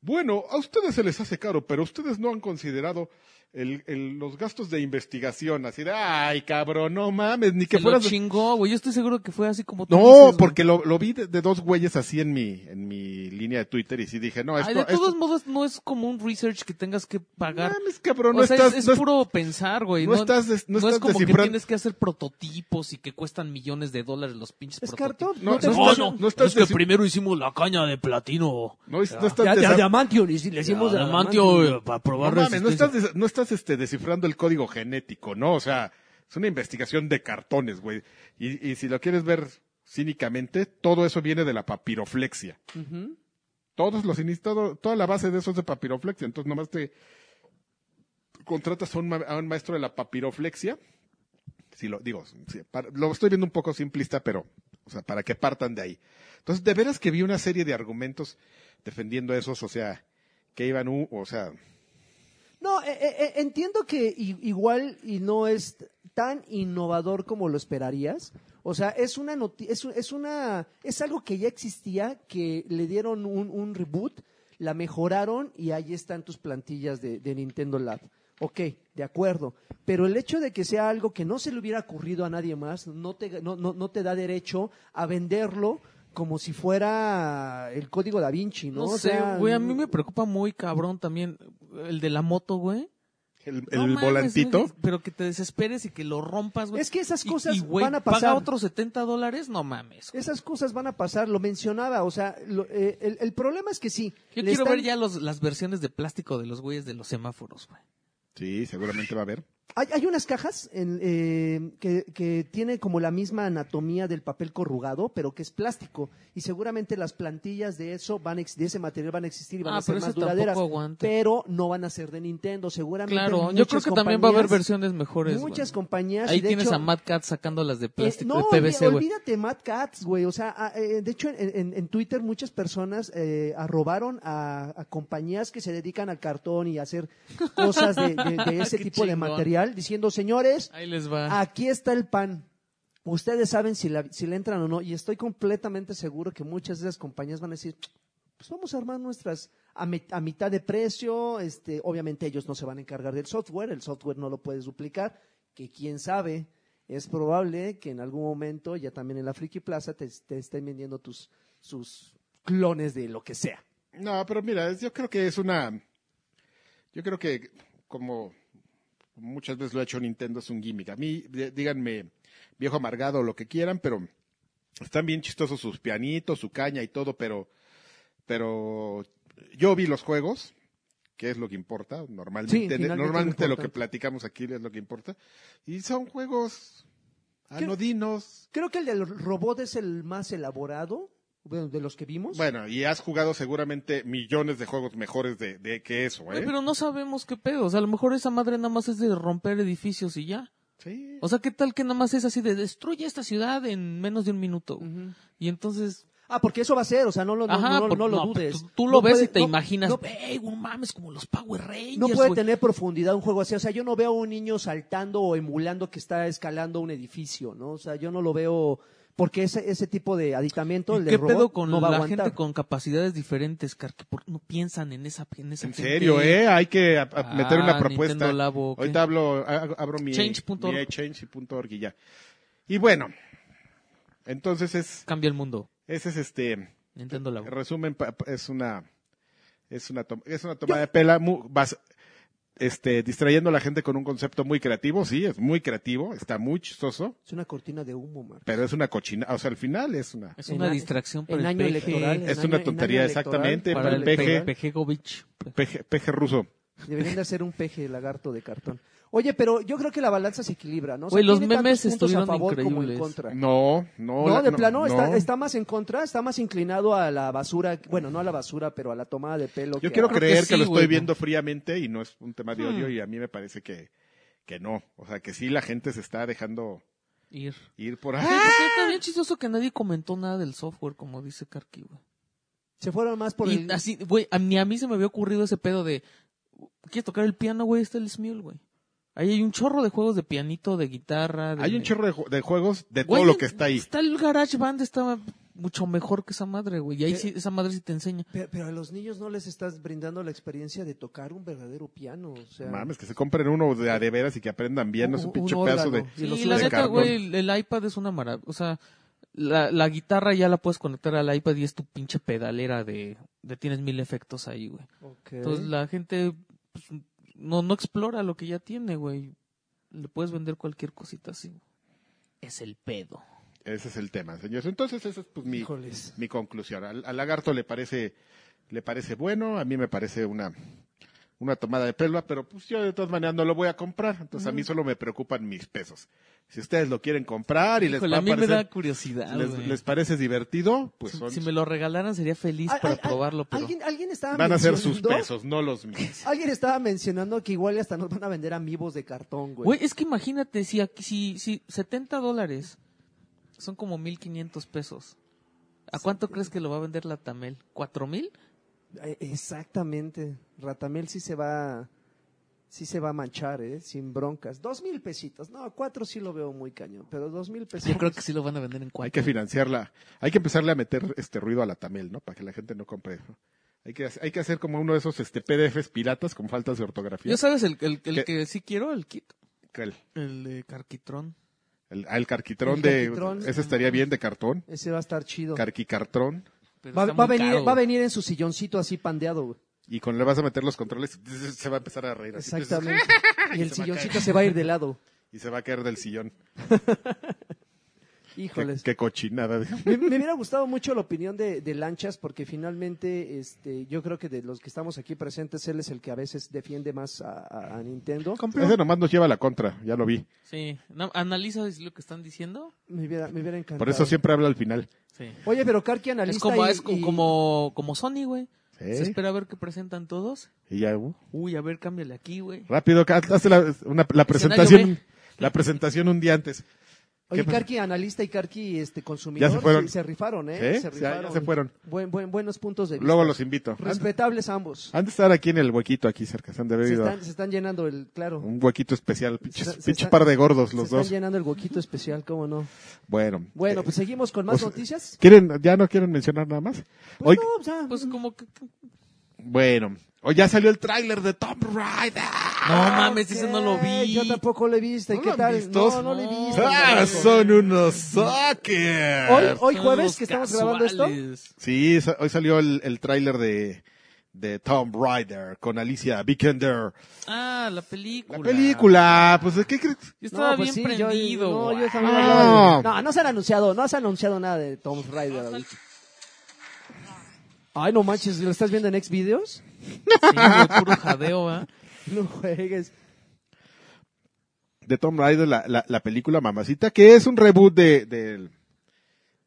Bueno, a ustedes se les hace caro, pero ustedes no han considerado el- el- los gastos de investigación. Así de, ay, cabrón, no mames, ni que Se lo fueras... chingó, güey. Yo estoy seguro que fue así como tú dices, No, güey. porque lo, lo vi de, de dos güeyes así en mi, en mi línea de Twitter y sí dije, no, esto... Ay, de todos esto- modos, no es como un research que tengas que pagar. Mames, cabrón, no o sea, estás... es, es no es- puro pensar, güey. no estás des- no es estás como que descifrando- tienes que hacer prototipos y que cuestan millones de dólares los pinches Es prototipos. cartón. no, No te- no estás- no, no estás es que desi- primero hicimos la caña de platino. no es- no Ya, estás de desa- adamantium, y si le hicimos de Adamantio, adamantium. eh, para No probar mames, no resistencia. estás, des- no estás este, descifrando el código genético, ¿no? O sea, es una investigación de cartones, güey. Y, y si lo quieres ver cínicamente, todo eso viene de la papiroflexia. Ujú. Todos los inicios, toda la base de eso es de papiroflexia. Entonces, nomás te contratas a un, ma- a un maestro de la papiroflexia. Si lo digo, sí, para- lo estoy viendo un poco simplista, pero, o sea, para que partan de ahí. Entonces, de veras que vi una serie de argumentos defendiendo esos, o sea, que iban, u- o sea, No, eh, eh, eh, entiendo que i- igual y no es tan innovador como lo esperarías. O sea, es una noti- es, un- es una es algo que ya existía, que le dieron un, un reboot, la mejoraron y ahí están tus plantillas de, de Nintendo Lab. Ok, de acuerdo. Pero el hecho de que sea algo que no se le hubiera ocurrido a nadie más, no te, no, no, no te da derecho a venderlo como si fuera el código da Vinci, ¿no? No O sé, sea, güey, a mí no- me preocupa muy cabrón también el de la moto, güey. el, No el mames, volantito. güey, pero que te desesperes y que lo rompas, güey. Es que esas Y- cosas y, güey, van a paga pasar. otros 70 dólares, no mames. güey. Esas cosas van a pasar, lo mencionaba, o sea, lo- eh, el, el problema es que sí. Yo le quiero están- ver ya los, las versiones de plástico de los güeyes de los semáforos, güey. Sí, seguramente va a haber. Hay, hay unas cajas en, eh, que, que tiene como la misma anatomía del papel corrugado, pero que es plástico. Y seguramente las plantillas de eso van a ex- de ese material van a existir y van Ah, a ser pero más eso tampoco duraderas. aguanta. Pero no van a ser de Nintendo, seguramente. Claro, yo muchas creo que también va a haber compañías- versiones mejores. güey. Muchas compañías. y Ahí de tienes hecho- a Mad Cat sacando las de Eh, plástico, no, de PVC, olvi- güey. olvídate Mad Cats, güey. O sea, a- eh, de hecho, en, en- en Twitter muchas personas eh, arrobaron a, a compañías que se dedican al cartón y a hacer cosas de, de- [laughs] de ese Qué tipo de chingón. material, diciendo, señores, Ahí les va. aquí está el pan. Ustedes saben si, la- si le entran o no. Y estoy completamente seguro que muchas de esas compañías van a decir, pues vamos a armar nuestras a, mi- a mitad de precio. Este, obviamente ellos no se van a encargar del software, el software no lo puedes duplicar, que quién sabe. Es probable que en algún momento, ya también en la Friki Plaza, te, te estén vendiendo tus sus clones de lo que sea. No, pero mira, es- yo creo que es una. Yo creo que, como muchas veces lo ha hecho Nintendo, es un gimmick. A mí, de- díganme, viejo amargado o lo que quieran, pero están bien chistosos sus pianitos, su caña y todo, pero. Pero yo vi los juegos, que es lo que importa. Sí, Normalmente, finalmente es lo normalmente lo que importante. platicamos aquí es lo que importa. Y son juegos anodinos. Creo que el del robot es el más elaborado bueno, de los que Pues, vimos. Bueno, y has jugado seguramente millones de juegos mejores de, de que eso, ¿eh? Güey, pero no sabemos qué pedo. O sea, a lo mejor esa madre nada más es de romper edificios y ya. Sí. O sea, ¿qué tal que nada más es así de destruye esta ciudad en menos de un minuto? Ujú. Y entonces, Ah, porque eso va a ser, o sea, no lo, no- ajá, no, por- no lo no, dudes. Tú, tú No lo ves puede- y te no- imaginas, No, "Ey, güey, mames, como los Power Rangers. no puede güey". tener profundidad un juego así. O sea, yo no veo un niño saltando o emulando que está escalando un edificio, ¿no? O sea, yo no lo veo. Porque ese, ese tipo de ¿Y aditamento, el del ¿Qué robot, pedo con no va a la aguantar. gente con capacidades diferentes, Car? Que por- no piensan en esa, en esa En gente? serio, ¿eh? Hay que a- a- meter Ah, una propuesta. Nintendo Labo, ¿o qué? Ahorita hablo, a- abro mi Change.org. mi change.org y ya. Y bueno, entonces es, Cambia el mundo. ese es este Nintendo Labo. resumen, pa- es una, es una, toma, es una toma de pela, mu- vas, este, distrayendo a la gente con un concepto muy creativo, sí, es muy creativo, está muy chistoso, Es una cortina de humo, Marco. pero es una cochina, o sea, al final es una, Es En una a- distracción para En el año PG, electoral. en Es año- una en año tontería, electoral, exactamente, Para el PG. PG. Govich. pues, peje, peje ruso. Deberían de hacer un peje lagarto de cartón. Oye, pero yo creo que la balanza se equilibra, ¿no? O sea, Güey, los tiene tantos memes puntos estuvieron a favor como en increíbles. contra. No, no. No, la- de plano, Está, no. está más en contra, está más inclinado a la basura, bueno, no a la basura, pero a la tomada de pelo. Yo que quiero a- creo que creer que, sí, lo güey, estoy ¿no? viendo fríamente y no es un tema de Hmm. odio y a mí me parece que, que no. O sea, que sí la gente se está dejando Ir. ir por Sí, ahí. porque Está bien chistoso que nadie comentó nada del software, como dice Karki, güey. Se fueron más por y el... así, güey, a- ni a mí se me había ocurrido ese pedo de. ¿Quieres tocar el piano, güey? Está el Smule, güey. Ahí hay un chorro de juegos de pianito, de guitarra. De, Hay un chorro de, ju- de juegos de Güey, todo lo que está ahí. Está el Garage Band, está mucho mejor que esa madre, güey. Y ahí ¿Qué? sí, esa madre sí te enseña. Pero, pero a los niños no les estás brindando la experiencia de tocar un verdadero piano. O sea, Mames, que se compren uno de a de veras y que aprendan bien, no es un Un- pinche un pedazo de... órgano. Y Sí, los la de neta, cartón. güey, el, el iPad es una maravilla. O sea, La, la guitarra ya la puedes conectar al iPad y es tu pinche pedalera de, de tienes mil efectos ahí, güey. Entonces la gente pues, no, no explora lo que ya tiene, güey. Le puedes vender cualquier cosita así. Es el pedo. Ese es el tema, señores. Entonces, esa es pues, mi, Híjoles. mi conclusión. Al, al lagarto le parece, le parece bueno, a mí me parece una, una tomada de pelo, pero pues yo de todas maneras no lo voy a comprar. Entonces a mí solo me preocupan mis pesos. Si ustedes lo quieren comprar y les, Híjole, va a mí me parecer- da curiosidad, les, güey. les parece divertido, pues Si- son- si me lo regalaran sería feliz Al- para al- al- probarlo, pero ¿Alguien, alguien estaba van a ser sus mencionando- pesos, no los míos. Alguien estaba mencionando que igual hasta nos van a vender amigos de cartón, güey. Güey, es que imagínate, si aquí, si, si 70 dólares son como 1500 pesos. ¿A cuánto crees que lo va a vender la Tamel? ¿Cuatro mil? Eh, Exactamente. Ratamel sí se va, sí se va a manchar, ¿eh? Sin broncas. Dos mil pesitos. No, cuatro sí lo veo muy cañón, pero dos mil pesitos. Yo creo que sí lo van a vender en Hay cuatro. que financiarla. Hay que empezarle a meter este ruido a la Tamel, ¿no? Para que la gente no compre. ¿no? Hay que, hacer- hay que hacer como uno de esos este, PDFs piratas con faltas de ortografía. ¿Ya sabes el, el- el ¿Qué? que sí quiero? El kit. El, El de Carquitrón. el- ah, el carquitrón El de... carquitrón. Ese estaría bien de cartón. Ese va a estar chido. Carquicartrón. Pero Va, está va a muy venir, caro, va a güey. venir en su silloncito así pandeado, güey. Y con le vas a meter los controles, [laughs] se va a empezar a reír. así, Exactamente. [laughs] Y el se va a silloncito caer. se va a ir de lado. [laughs] Y se va a caer del sillón. Qué, Híjoles. qué cochinada. Me, me hubiera gustado mucho la opinión de, de Lanchas, porque finalmente este, yo creo que de los que estamos aquí presentes, él es el que a veces defiende más a, a- a Nintendo. Ese nomás nos lleva a la contra, ya lo vi. Sí. No, Analiza lo que están diciendo. Me hubiera, me hubiera encantado. Por eso siempre habla al final. Sí. Oye, pero Karki Es analista como, y- es co- y- como, como Sony, güey. ¿Eh? Se espera a ver qué presentan todos. Y ya, uh, Uy, a ver, cámbiale aquí, güey. rápido, ca- hazte la, una- la presentación. La presentación un día antes. Oye, ¿Qué- Karki analista y Karki este, consumidor Ya se fueron. Se, se rifaron, ¿eh? ¿Eh? Se O sea, ya rifaron. se fueron. Buen, buen- buenos puntos de vista. Luego ah, los invito. Han, Respetables ambos. han de estar aquí en el huequito, aquí cerca. Se han de haber Se ido a están, se están llenando el, claro. un huequito especial. Pinche, Se- se pinche están- par de gordos Se los están dos. llenando el huequito especial, cómo no. Bueno. Bueno, eh, pues seguimos con más pues, noticias. ¿Quieren, ¿Ya no quieren mencionar nada más? Pues Hoy- no, o sea, Pues como que... que- Bueno, hoy ya salió el tráiler de Tomb Raider. No mames, ese no lo Ah, ok, vi. Yo tampoco lo he visto. ¿Y ¿No qué lo han tal? visto? No, no lo he visto. ¡Ah, carajo. son unos soques! Hoy, hoy Ah, Son jueves los que estamos grabando esto. casuales. Sí, sa- hoy salió el, el tráiler de, de Tomb Raider con Alicia Vikander. Ah, la película. La película, pues ¿qué crees? Yo estaba No, pues bien sí, yo- prendido. no, [laughs] güey. yo también Ah. hablaba de- no, no se han anunciado, no se ha anunciado nada de Tomb Raider. ahorita. Ay, no manches, ¿lo estás viendo en Xvideos? Sí, güey, puro jadeo, ¿ah? No juegues. De Tomb Raider, la, la, la película Mamacita, que es un reboot de, del,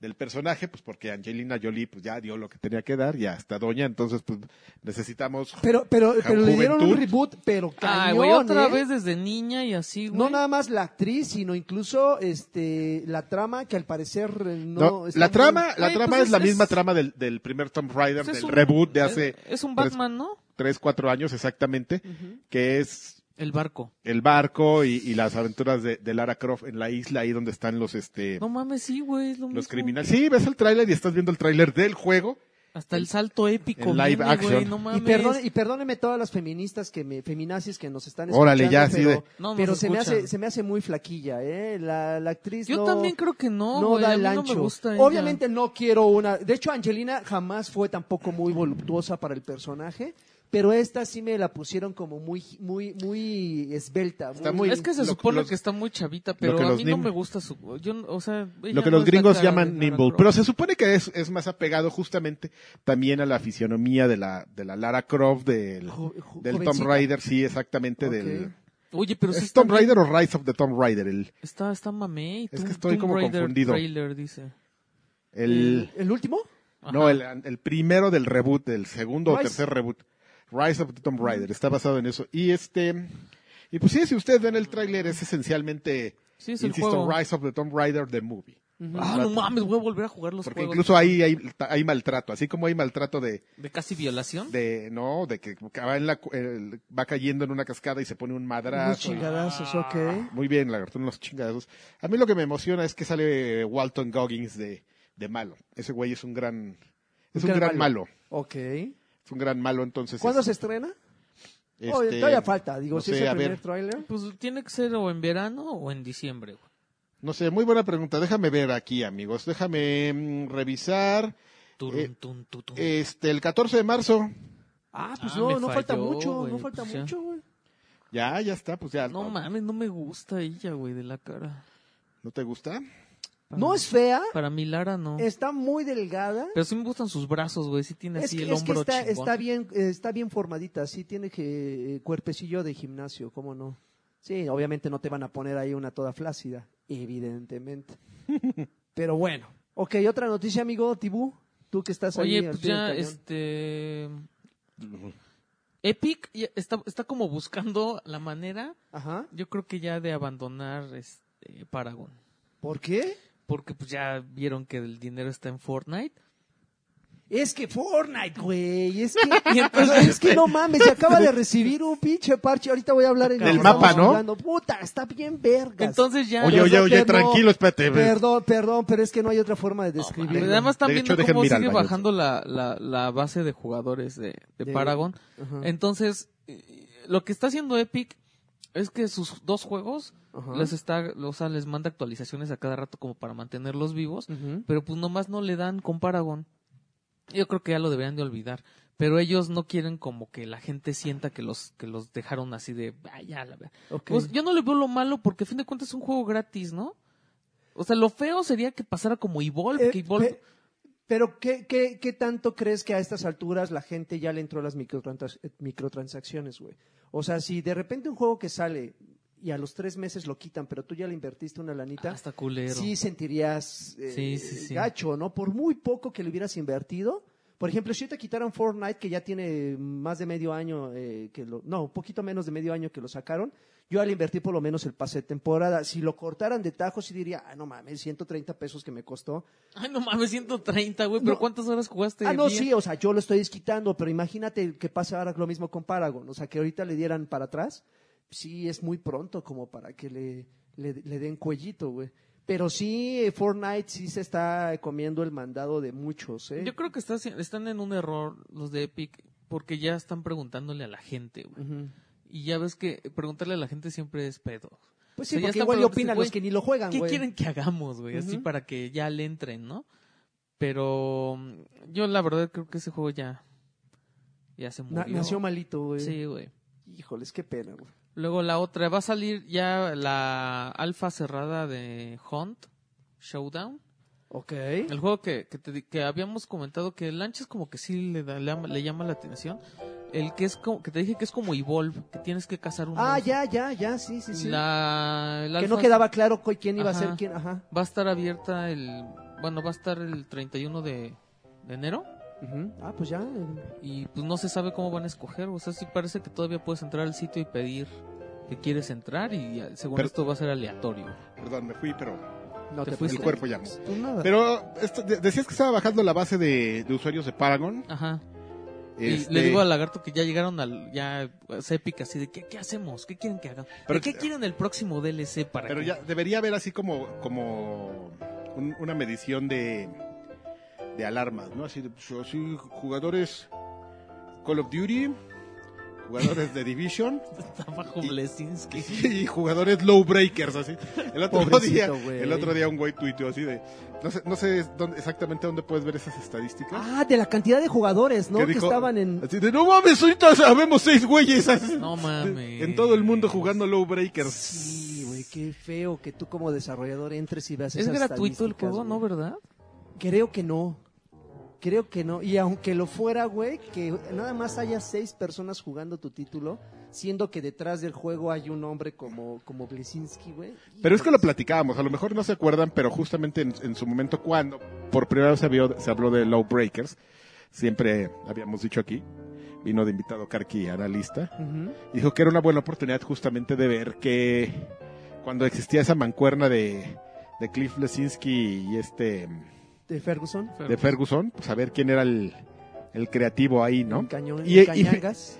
del personaje, pues porque Angelina Jolie pues ya dio lo que tenía que dar, ya está doña, entonces pues necesitamos... Pero, pero, pero le dieron un Juventud. reboot, pero cañón, [laughs] Ay, güey, otra ¿eh? vez desde niña y así, güey. No nada más la actriz, sino incluso este la trama que al parecer eh, no... No, está la muy- trama, la Güey, trama pues es, la es- misma es- trama del, del primer Tomb Raider, Pues es del un- ¿eh? reboot de hace es- Es un tres- Batman, ¿no? tres, cuatro años exactamente, que es El barco. el barco y, y las aventuras de, de Lara Croft en la isla ahí donde están los este No mames, sí, güey, es lo los mismo. criminales. Sí, ves el tráiler y estás viendo el tráiler del juego. Hasta el salto épico. En live viene, action. güey, no Y, mames. perdón, y perdónenme todas las feministas que me, feminazis que nos están escuchando. Órale, ya, así pero, de- No nos pero se me escuchan. hace, se me hace muy flaquilla, eh. La, la actriz Yo no- también creo que no, no güey. da a mí el no ancho. me gusta ella. Obviamente no quiero una. De hecho, Angelina jamás fue tampoco muy voluptuosa para el personaje, pero esta sí me la pusieron como muy, muy, muy esbelta. Está muy- Es que se lo- supone los- que está muy chavita, pero que a los mí no nim- me gusta su... Yo, no- o sea, lo que los gringos llaman nimble, pero se supone que es, es más apegado justamente también a la fisionomía de la de la Lara Croft del Jo- jo- del Tomb jovencita. Raider, sí, exactamente Ok. del Oye, pero sí ¿Es está Tomb bien- Raider o Rise of the Tomb Raider? El, Está, está mamey. Es que Tomb- estoy Tomb como Raider confundido. Trailer, dice. el, ¿El último? no, Ajá. el, el primero del reboot, del segundo o Rise. tercer reboot. Rise of the Tomb Raider, está basado en eso. Y este, y pues sí, si ustedes ven el tráiler, es esencialmente, Sí, es el insisto, juego. Rise of the Tomb Raider, the movie. Ah, no mames, voy a volver a jugar los Porque juegos. incluso ahí hay, hay maltrato, así como hay maltrato de, ¿De casi violación? de no, de que va, en la cu- el- va cayendo en una cascada y se pone un Unos madrazo. y- Ah. chingadazos, ok. Muy bien, Lagartón, unos chingados. A mí lo que me emociona es que sale Walton Goggins de, de malo. Ese güey es un gran, es un, gran malo. Ok. Es un gran malo, entonces. ¿Cuándo Pues es- se estrena? este, Oye, todavía falta, digo, no si es sé, el a primer ver. tráiler. Pues tiene que ser o en verano o en diciembre, güey. No sé, muy buena pregunta. Déjame ver aquí, amigos. Déjame mm, revisar. Turun, Eh, tun, tu, tun. Este, el 14 de marzo. Ah, pues Ah, no, me no falta falló, mucho, güey, no falta pues ya. mucho, güey. Ya, ya está, pues ya. no mames, no me gusta ella, güey, de la cara. ¿No te gusta? Para- No es fea, Para mí Lara no. está muy delgada. Pero sí me gustan sus brazos, güey. Sí tiene Es así que, el es que hombro está, chingón. está bien, eh, está bien formadita, sí tiene que eh, cuerpecillo de gimnasio, ¿cómo no? Sí, obviamente no te van a poner ahí una toda flácida, [laughs] evidentemente. Pero bueno, ok, otra noticia, amigo Tibú, tú que estás ahí. al Oye, pues pie del ya, cañón. este... Epic ya está, está como buscando la manera, Ajá. yo creo que ya de abandonar este, Paragon. ¿Por qué? Porque pues ya vieron que el dinero está en Fortnite. Es que Fortnite, güey, es que, es que no mames, se acaba de recibir un pinche parche, ahorita voy a hablar en Del lo que estamos mapa, ¿no? hablando. Puta, está bien vergas. Entonces ya... Oye, o oye, sea, oye, que no- tranquilo, espérate. Perdón, perdón, pero es que no hay otra forma de describirlo. Además están De viendo hecho, dejen cómo mirar sigue al baño. bajando la, la, la base de jugadores de, de De- Paragon. Ajá. Entonces, eh, lo que está haciendo Epic es que sus dos juegos Ajá. les está, o sea, les manda actualizaciones a cada rato como para mantenerlos vivos, Ujú. pero pues nomás no le dan con Paragon. Yo creo que ya lo deberían de olvidar, pero ellos no quieren como que la gente sienta que los que los dejaron así de, "Ah, ya la ver-". Ok. Pues, yo no le veo lo malo porque a fin de cuentas es un juego gratis, ¿no? O sea, lo feo sería que pasara como Evolve, Eh, que Evolve- pe- pero, ¿qué, qué, qué tanto crees que a estas alturas la gente ya le entró a las microtrans- eh, microtransacciones, güey? O sea, si de repente un juego que sale y a los tres meses lo quitan, pero tú ya le invertiste una Ah, lanita, está culero. sí sentirías eh, Sí, sí, sí. gacho, ¿no? Por muy poco que le hubieras invertido. Por ejemplo, si te quitaran Fortnite, que ya tiene más de medio año, eh, que lo, no, un poquito menos de medio año que lo sacaron, yo al invertir por lo menos el pase de temporada, si lo cortaran de tajo, sí diría, ah, no mames, 130 pesos que me costó. Ay, no mames, 130, güey, pero No. ¿cuántas horas jugaste? Ah, no, bien? sí, o sea, yo lo estoy desquitando, pero imagínate que pasa ahora lo mismo con Paragon, o sea, que ahorita le dieran para atrás, sí es muy pronto como para que le, le, le den cuellito, güey. Pero sí, eh, Fortnite sí se está comiendo el mandado de muchos, ¿eh? Yo creo que está haci- están en un error los de Epic porque ya están preguntándole a la gente, güey. Ujú. Y ya ves que preguntarle a la gente siempre es pedo. Pues sí, O porque sea, ya igual están y preguntando, opinan güey, los que ni lo juegan, ¿Qué Ah, güey. quieren que hagamos, güey? Así Ujú. para que ya le entren, ¿no? Pero mm, yo la verdad creo que ese juego ya ya se Na- murió. nació malito, güey. Sí, güey. Híjoles, qué pena, güey. Luego la otra va a salir ya la alfa cerrada de Hunt Showdown. Ok. El juego que, que, te di- que habíamos comentado que Lanchas como que sí le, da- le, ama- le llama la atención. El que es como, que te dije que es como Evolve, que tienes que cazar un Ah, monstruo. ya, ya, ya, sí, sí, sí. La, el Que alfa no quedaba claro co- quién iba a ser Ajá. quién, ajá. Va a estar abierta el, bueno, va a estar el 31 de, de enero. Ujú. Ah, pues ya. eh, Y pues no se sabe cómo van a escoger. O sea, sí parece que todavía puedes entrar al sitio y pedir que quieres entrar y ya, según Pero- esto va a ser aleatorio. Perdón, me fui, pero No Te te, fuiste. el cuerpo llamó. Tú nada. Pero esto- de- decías que estaba bajando la base de, de usuarios de Paragon. Ajá. Este, Y le digo al lagarto que ya llegaron al, ya es épica así de ¿qué, qué hacemos? ¿Qué quieren que hagan? Pero- ¿De qué quieren el próximo DLC para Pero que- [laughs] ya debería haber así como, como un- una medición de, de alarmas, ¿no? Así, de- pues, así jugadores Call of Duty, jugadores de Division Está bajo Y- Blesinski. [laughs] y jugadores low breakers, así. El otro Pobrecito, día, güey. el otro día un güey tuiteó así de, no sé, no sé dónde- exactamente dónde puedes ver esas estadísticas. Ah, de la cantidad de jugadores, ¿no? ¿Qué Que, dijo? estaban en... Así de, no mames, ahorita sabemos seis güeyes así, [laughs] No mames. en todo el mundo jugando low breakers. Sí, güey, qué feo que tú como desarrollador entres y veas Es esas gratuito el estadísticas, juego, ¿no? güey. ¿Verdad? Creo que no. Creo que no. Y aunque lo fuera, güey, que nada más haya seis personas jugando tu título, siendo que detrás del juego hay un hombre como, como Blesinski, güey. Pero es que lo platicábamos, a lo mejor no se acuerdan, pero justamente en, en su momento cuando por primera vez se, vio- se habló de Low Breakers, siempre habíamos dicho aquí, vino de invitado Karki, analista, Ujú. dijo que era una buena oportunidad justamente de ver que cuando existía esa mancuerna de, de Cliff Lesinski y este De Ferguson. de Ferguson, pues saber quién era el, el creativo ahí, El ¿no? Cañón, Y- el y- Cañangas.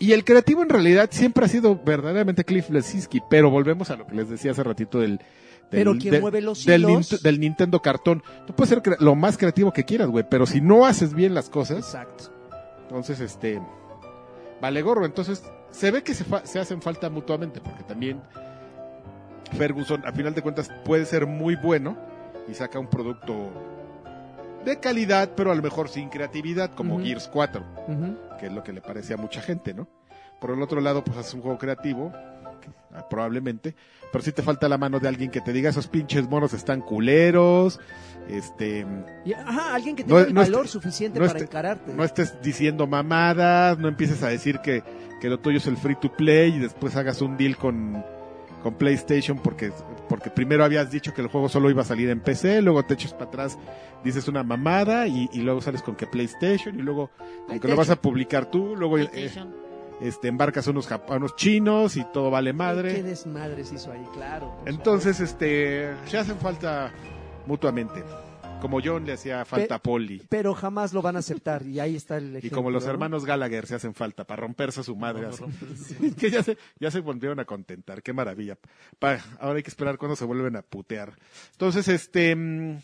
Y el creativo en realidad siempre ha sido verdaderamente Cliff Lesinski, pero volvemos a lo que les decía hace ratito del... del- Pero quien del- mueve los del, hilos. Nint- del Nintendo cartón. Tú puedes ser cre- lo más creativo que quieras, güey, pero si no haces bien las cosas, Exacto. entonces este vale gorro. Entonces se ve que se, fa- se hacen falta mutuamente, porque también Ferguson, a final de cuentas, puede ser muy bueno y saca un producto de calidad, pero a lo mejor sin creatividad, como Ujú. Gears 4, Ujú. que es lo que le parece a mucha gente, ¿no? Por el otro lado, pues haces un juego creativo, que- ah, probablemente, pero si te falta la mano de alguien que te diga, esos pinches monos están culeros, este, Y, ajá, alguien que No tenga es- el no es- valor suficiente no es- para encararte. no estés diciendo mamadas, no empieces a decir que, que lo tuyo es el free to play y después hagas un deal con, con PlayStation porque, porque primero habías dicho que el juego solo iba a salir en PC, luego te echas para atrás, dices una mamada y, y luego sales con que PlayStation y luego con que lo vas a publicar tú, luego eh, este, embarcas a unos, jap- a unos chinos y todo vale Qué madre. desmadres hizo ahí, claro. por Entonces, este, se hacen falta mutuamente. Como John le hacía falta a Polly. supuesto. Pero jamás lo van a aceptar, y ahí está el ejemplo. Y como los ¿no? hermanos Gallagher se hacen falta para romperse a su madre. Vamos así. a [laughs] romper- que ya se, ya se volvieron a contentar, qué maravilla. Pa- ahora hay que esperar cuando se vuelven a putear. Entonces, este, mm,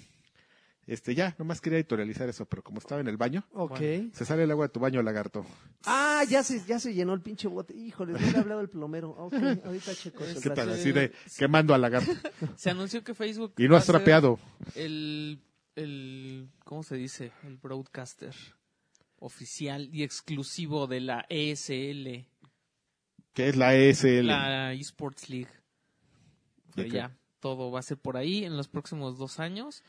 este, ya, nomás quería editorializar eso, pero como estaba en el baño, Ok. Bueno. se sale el agua de tu baño, lagarto. Ah, ya se, ya se llenó el pinche bote. Híjole, no le he hablado el plomero. Ok, ahorita checo eso. ¿Qué tal? gracias. Así de quemando al lagarto. [laughs] Se anunció que Facebook. Y no va has a ser trapeado. El, el. ¿Cómo se dice? El broadcaster oficial y exclusivo de la E ESL, Que es la ESL. la Esports League. Pero Ok. ya, todo va a ser por ahí en los próximos dos años.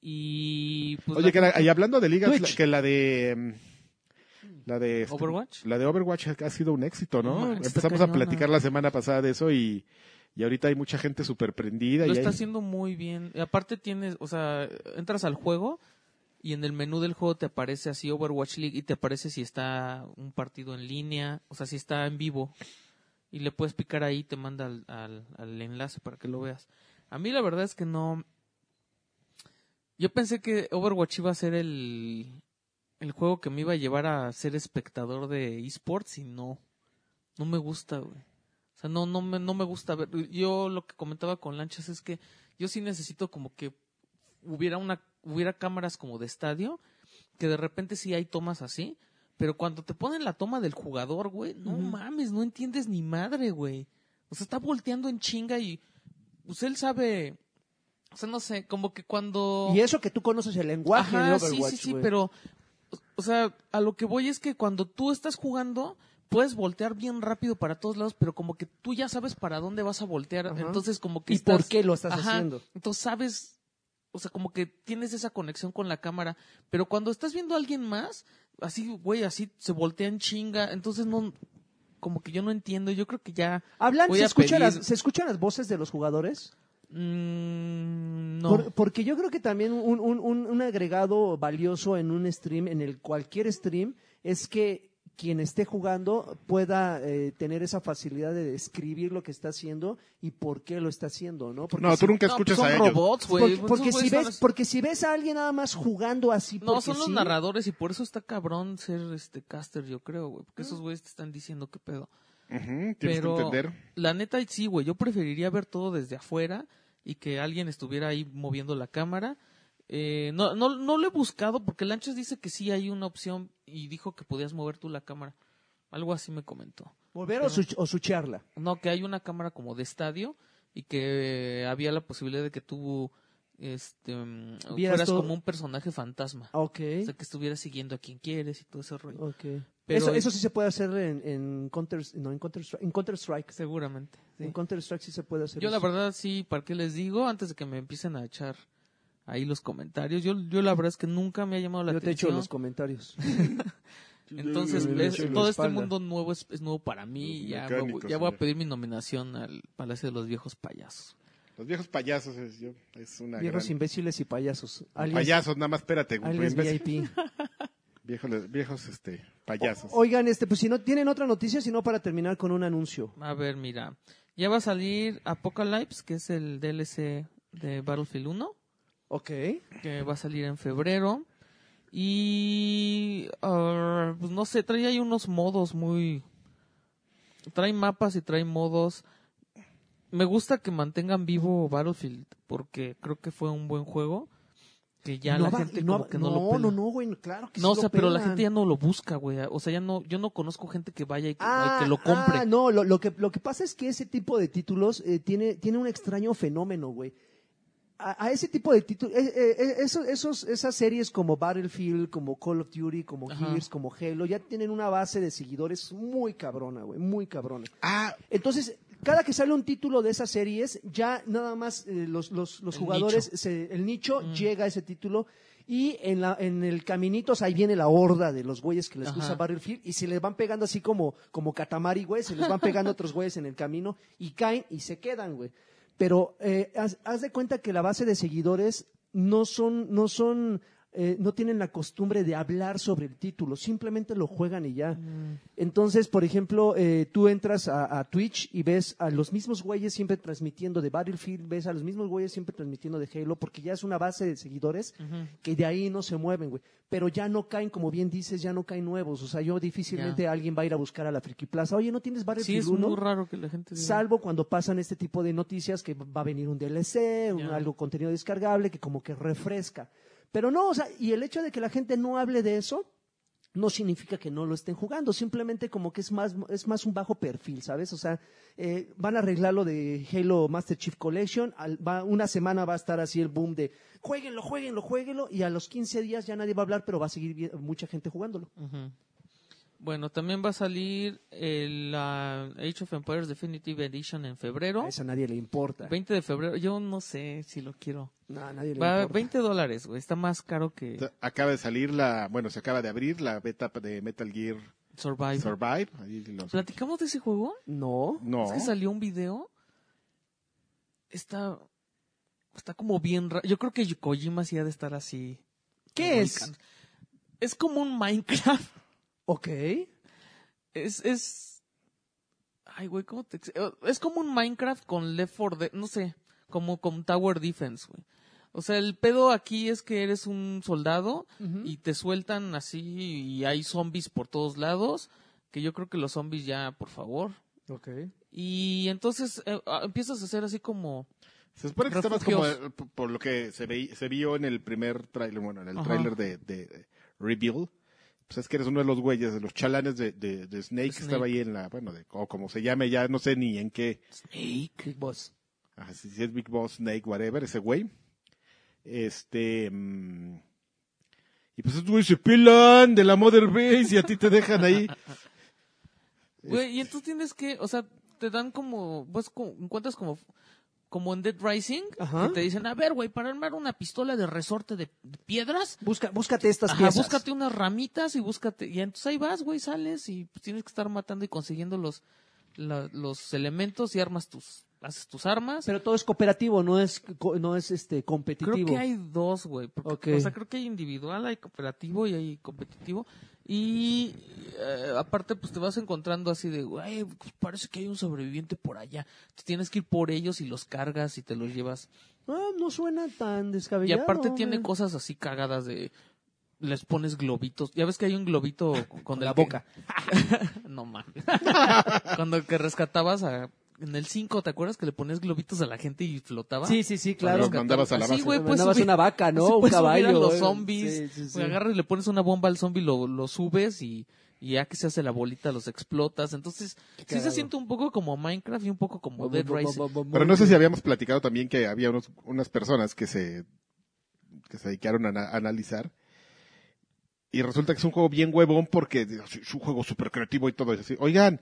Y. Pues, Oye, la- que la- y hablando de ligas, la- Twitch. que la de. mm, La de. este- Overwatch. La de Overwatch ha- ha sido un éxito, ¿no? No manches, está Empezamos a cañona. platicar la semana pasada de eso y, y ahorita hay mucha gente súper prendida. Lo y está hay- haciendo muy bien. Y aparte tienes, o sea, entras al juego y en el menú del juego te aparece así Overwatch League y te aparece si está un partido en línea, o sea, si está en vivo. Y le puedes picar ahí y te manda al, al- al enlace para que lo veas. A mí la verdad es que no... Yo pensé que Overwatch iba a ser el, el juego que me iba a llevar a ser espectador de esports y no. No me gusta, güey. O sea, no, no, me, no me gusta ver. Yo lo que comentaba con Lanchas es que yo sí necesito como que hubiera una, hubiera cámaras como de estadio, que de repente sí hay tomas así, pero cuando te ponen la toma del jugador, güey, no Ujú. mames, no entiendes ni madre, güey. O sea, está volteando en chinga y pues él sabe, o sea, no sé, como que cuando... Y eso que tú conoces el lenguaje Ajá, de Overwatch. Sí, sí, sí, güey. pero. o- O sea, a lo que voy es que cuando tú estás jugando, puedes voltear bien rápido para todos lados, pero como que tú ya sabes para dónde vas a voltear. Ajá. Entonces, como que. ¿Y por estás- qué lo estás Ajá, haciendo? Entonces, sabes. O sea, como que tienes esa conexión con la cámara. Pero cuando estás viendo a alguien más, así, güey, así se voltean chinga. Entonces, no. Como que yo no entiendo. Yo creo que ya. Hablan, Voy se a escuchan, pedir- las, ¿se escuchan las voces de los jugadores? mm, no. Por- porque yo creo que también un, un- un- un agregado valioso en un stream, en el cualquier stream, es que quien esté jugando pueda eh, tener esa facilidad de describir lo que está haciendo y por qué lo está haciendo, ¿no? Porque No, si- tú nunca No, pues escuchas son a ellos. robots, güey. porque, porque Esos si güeyes son ves, así. porque si ves a alguien nada más jugando así, No, porque son los sí, narradores y por eso está cabrón ser este caster, yo creo, güey. Porque Mm. esos güeyes te están diciendo qué pedo. Ujú, tienes Pero- que entender. La neta, sí, güey. Yo preferiría ver todo desde afuera y que alguien estuviera ahí moviendo la cámara. Eh, no, no, no lo he buscado porque Lanchas dice que sí hay una opción y dijo que podías mover tú la cámara. Algo así me comentó. mover o, su, o su charla. No, que hay una cámara como de estadio y que había la posibilidad de que tú este, mm, Vieras fueras todo. como un personaje fantasma. Ok, O sea, que estuvieras siguiendo a quien quieres y todo ese rollo. ok. Pero- eso, eso sí se puede hacer en, en Counter, no, en Counter Strike, en Counter Strike. Seguramente. sí. En Counter Strike sí se puede hacer. Yo la eso. verdad sí, ¿para qué les digo? Antes de que me empiecen a echar ahí los comentarios. Yo, yo la verdad es que nunca me ha llamado la Yo te echo atención. los comentarios. Entonces, Yo- yo- yo- es- yo- yo- todo la este espalda. mundo nuevo es, es nuevo para mí. Los Ya, mecánicos, voy, ya voy a señor. pedir mi nominación al Palacio de los Viejos Payasos. Los viejos payasos es, yo- es una Viejos gran- imbéciles y payasos. Alias, Payasos, nada más, espérate. güey, alias imbécil. VIP. [laughs] Viejos, viejos, este, payasos. Oigan, este, pues si no tienen otra noticia, sino para terminar con un anuncio. A ver, mira. Ya va a salir Apocalypse, que es el DLC de Battlefield 1. Ok. que va a salir en febrero. Y. ah, pues no sé, trae ahí unos modos muy. Trae mapas y trae modos. Me gusta que mantengan vivo Battlefield porque creo que fue un buen juego. que ya no la va- gente no, como que no, no, lo pela. no, no, güey, claro que sí No, o lo sea, pero la pelan. gente ya no lo busca, güey. O sea, ya no, yo no conozco gente que vaya y que, Ah, y que lo compre. ah, no, lo, lo que, lo que pasa es que ese tipo de títulos eh, tiene, tiene un extraño fenómeno, güey. A, a ese tipo de títulos, eh, eh, eh, esos, esos- esas series como Battlefield, como Call of Duty, como Ajá. Gears, como Halo, ya tienen una base de seguidores muy cabrona, güey, muy cabrona. Ah, Entonces, cada que sale un título de esas series, ya nada más eh, los, los- los El jugadores, se- el nicho Mm. llega a ese título y en, la, en el caminito, o sea, ahí viene la horda de los güeyes que les gusta Ajá. Battlefield y se les van pegando así como, como Katamari, güey, se les [laughs] van pegando otros güeyes en el camino y caen y se quedan, güey. Pero eh, haz, haz de cuenta que la base de seguidores no son, no son, eh, no tienen la costumbre de hablar sobre el título, simplemente lo juegan y ya. Mm. Entonces, por ejemplo, eh, tú entras a, a Twitch y ves a los mismos güeyes siempre transmitiendo de Battlefield, ves a los mismos güeyes siempre transmitiendo de Halo, porque ya es una base de seguidores Ujú. que de ahí no se mueven, güey. Pero ya no caen, como bien dices, ya no caen nuevos. O sea, yo difícilmente alguien va a ir a buscar a la Friki Plaza. Oye, ¿no tienes Sí, Battlefield es 1? muy raro que la gente... diga- Salvo cuando pasan este tipo de noticias que va a venir un DLC, un- Ya. algo contenido descargable que como que refresca. Pero no, o sea, y el hecho de que la gente no hable de eso no significa que no lo estén jugando, simplemente como que es más, es más un bajo perfil, ¿sabes? O sea, eh, van a arreglar lo de Halo Master Chief Collection, al- va- una semana va a estar así el boom de jueguenlo, jueguenlo, jueguenlo, y a los 15 días ya nadie va a hablar, pero va a seguir vi- mucha gente jugándolo. Ujú. Bueno, también va a salir el, la Age of Empires Definitive Edition en febrero. A eso a nadie le importa. 20 de febrero. Yo no sé si lo quiero. No, a nadie le Va importa. 20 dólares, güey. Está más caro que acaba de salir la, bueno, se acaba de abrir la beta de Metal Gear Survive. Survive. Ahí los- ¿Platicamos de ese juego? No. no. Es que salió un video. Está. Está como bien raro. Yo creo que Kojima sí ha de estar así. ¿Qué es? Es como un Minecraft. Ok. Es, es. Ay, güey, ¿cómo te.? ex- eh, Es como un Minecraft con Left 4 Dead. No sé. Como con Tower Defense, güey. O sea, el pedo aquí es que eres un soldado y te sueltan así y hay zombies por todos lados. Que yo creo que los zombies ya, por favor. Ok. Y entonces eh, ah, empiezas a hacer así como. Se supone que está más como, Refugios. eh, p- por lo que se, veí- se vio en el primer tráiler, bueno, en el Ajá. tráiler de, de, de Rebuild. Pues es que eres uno de los güeyes, de los chalanes de, de, de Snake, que Snake. estaba ahí en la, bueno, de, o como se llame ya, no sé ni en qué, Big Boss. ajá, si si es Big Boss, Snake, whatever, ese güey. Este, mm, y pues estos güeyes se pelan de la Mother Base y a ti te dejan ahí. Güey, y entonces tienes que. O sea, te dan como. Pues como- encuentras como. Como en Dead Rising. Ajá. Que te dicen, a ver, güey, para armar una pistola de resorte de, de piedras. Busca, búscate estas ajá, piezas. búscate unas ramitas y búscate. Y entonces ahí vas, güey, sales y pues, tienes que estar matando y consiguiendo los, la- los elementos y armas tus. Haces tus armas. Pero todo es cooperativo, no es, co- no es este competitivo. Creo que hay dos, güey. porque- Ok. O sea, creo que hay individual, hay cooperativo y hay competitivo. Y eh, aparte, pues te vas encontrando así de, güey, pues, parece que hay un sobreviviente por allá. Tú tienes que ir por ellos y los cargas y te los llevas. Ah, no suena tan Y descabellado. eh. aparte tiene Pues güey. cosas así cagadas de... Les pones globitos. Ya ves que hay [laughs] un globito con, Con el la que- boca. [laughs] no mames. [laughs] Cuando el que rescatabas a... En el 5, ¿te acuerdas que le ponías globitos a la gente y flotaba? Sí, sí, sí, claro. Los mandabas a la Sí, base. güey, Te [laughs] pues mandabas subí- una vaca, ¿no? Así un puedes subir a caballo. los güey. zombies. pues Sí, sí, sí. Güey, agarras y le pones una bomba al zombie, lo, lo subes y, y ya que se hace la bolita, los explotas. Entonces, sí cagado. se siente un poco como Minecraft y un poco como Bo- Dead bo- bo- Rising. bo- bo- Pero muy no sé si bien. habíamos platicado también que había unos, unas personas que se, que se dedicaron a, ana- a analizar. Y resulta que es un juego bien huevón porque es un juego súper creativo y todo. Y así, Oigan,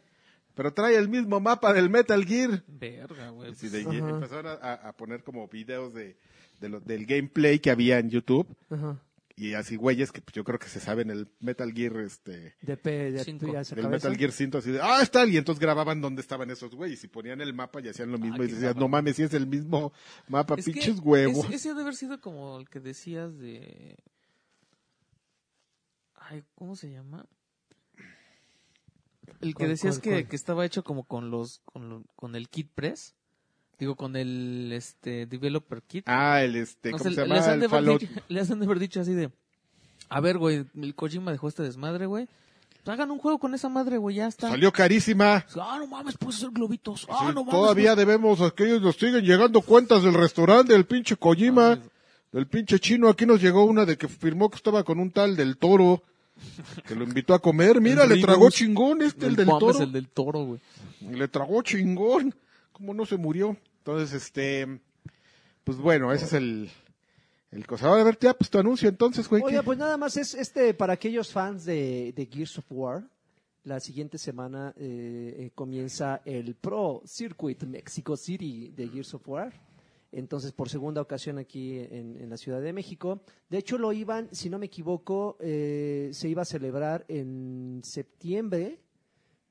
pero trae el mismo mapa del Metal Gear. Verga, güey. Así de- y Ajá. empezaron a- a, a poner como videos de, de lo- del gameplay que había en YouTube. Ajá. Y así güeyes que pues, yo creo que se saben el Metal Gear, este, De P, de Cinco. tú ya se del acaba Metal eso. Gear 5 así de, ah, está, y entonces grababan dónde estaban esos güeyes y ponían el mapa y hacían lo mismo y Ah, qué decías, cabrón. no mames, si es el mismo mapa, Es que pinches huevos. es- ese ha de haber sido como el que decías de... Ay, ¿cómo se llama? El que ¿Cuál, decías cuál, que, cuál? que estaba hecho como con los con, lo- con el kit press. Digo, con el este developer kit. Ah, el este, O ¿cómo sea, se les llama? han de El haber Fallout. dicho- les han de haber dicho así de, a ver, güey, el Kojima dejó este desmadre, güey. Pues Hagan un juego con esa madre, güey, ya está. Salió carísima. Ah, no mames, puedes hacer globitos. Ah, Sí, no mames. todavía debemos a que ellos nos siguen llegando cuentas del restaurante del pinche pues, no Kojima. mames. Del pinche chino, aquí nos llegó una de que firmó que estaba con un tal del toro, que lo invitó a comer. Mira, le Rinus. tragó chingón este, el, del Pam toro. es el del toro, güey. Le tragó chingón. ¿Cómo no se murió? Entonces, este. Pues bueno, ese es el. El cosa. Ahora, a ver, ya, pues tu anuncio entonces, güey. Oiga, ¿qué? pues nada más es este para aquellos fans de, de Gears of War. La siguiente semana eh, eh, comienza el Pro Circuit Mexico City de Gears of War. Entonces, por segunda ocasión aquí en, en la Ciudad de México. De hecho, lo iban, si no me equivoco, eh, se iba a celebrar en septiembre,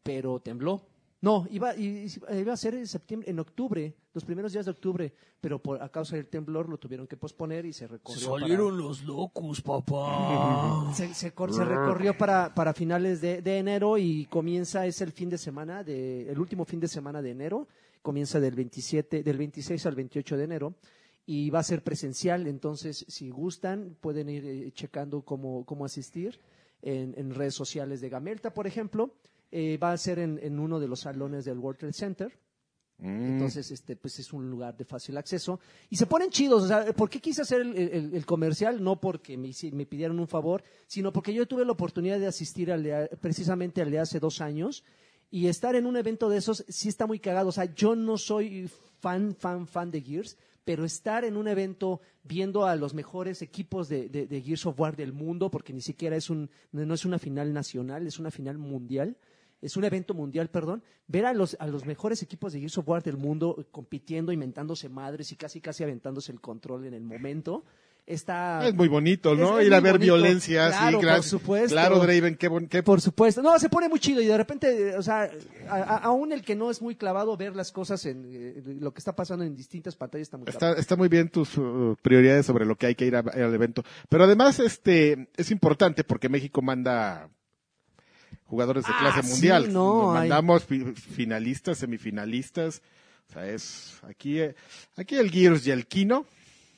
pero tembló. No, iba, i- iba a ser en septiembre, en octubre, los primeros días de octubre, pero por, a causa del temblor lo tuvieron que posponer y se recorrió. para- los locos, papá. se, se cor- se recorrió para, para finales de, de enero y comienza, es el fin de semana, de, el último fin de semana de enero, comienza del 27, del 26 al 28 de enero y va a ser presencial, entonces si gustan pueden ir eh, checando cómo, cómo asistir en, en redes sociales de Gamelta, por ejemplo, Eh, va a ser en, en uno de los salones del World Trade Center. Mm, Entonces, este, pues es un lugar de fácil acceso. Y se ponen chidos. O sea, ¿por qué quise hacer el, el- el comercial? No porque me, hici- me pidieron un favor, sino porque yo tuve la oportunidad de asistir al de a- precisamente al de hace dos años. Y estar en un evento de esos sí está muy cagado. O sea, yo no soy fan, fan, fan de Gears, pero estar en un evento viendo a los mejores equipos de, de- de Gears of War del mundo, porque ni siquiera es un, no es una final nacional, es una final mundial es un evento mundial, perdón, ver a los, a los mejores equipos de Gears of War del mundo compitiendo, inventándose madres y casi casi aventándose el control en el momento, está... Es muy bonito, ¿no? Es- es Ir a muy ver bonito. violencia. Claro, sí, por supuesto. Claro, Draven, qué, bon- qué Por supuesto, no, se pone muy chido y de repente, eh, o sea, a- a- aún el que no es muy clavado ver las cosas en eh, lo que está pasando en distintas pantallas está muy Está, clavado. está muy bien tus uh, prioridades sobre lo que hay que ir a- al evento. Pero además, este, es importante porque México manda jugadores de Ah, clase sí, mundial. no, hay- mandamos fi- finalistas, semifinalistas. O sea, es aquí, eh, aquí el Gears y el Kino.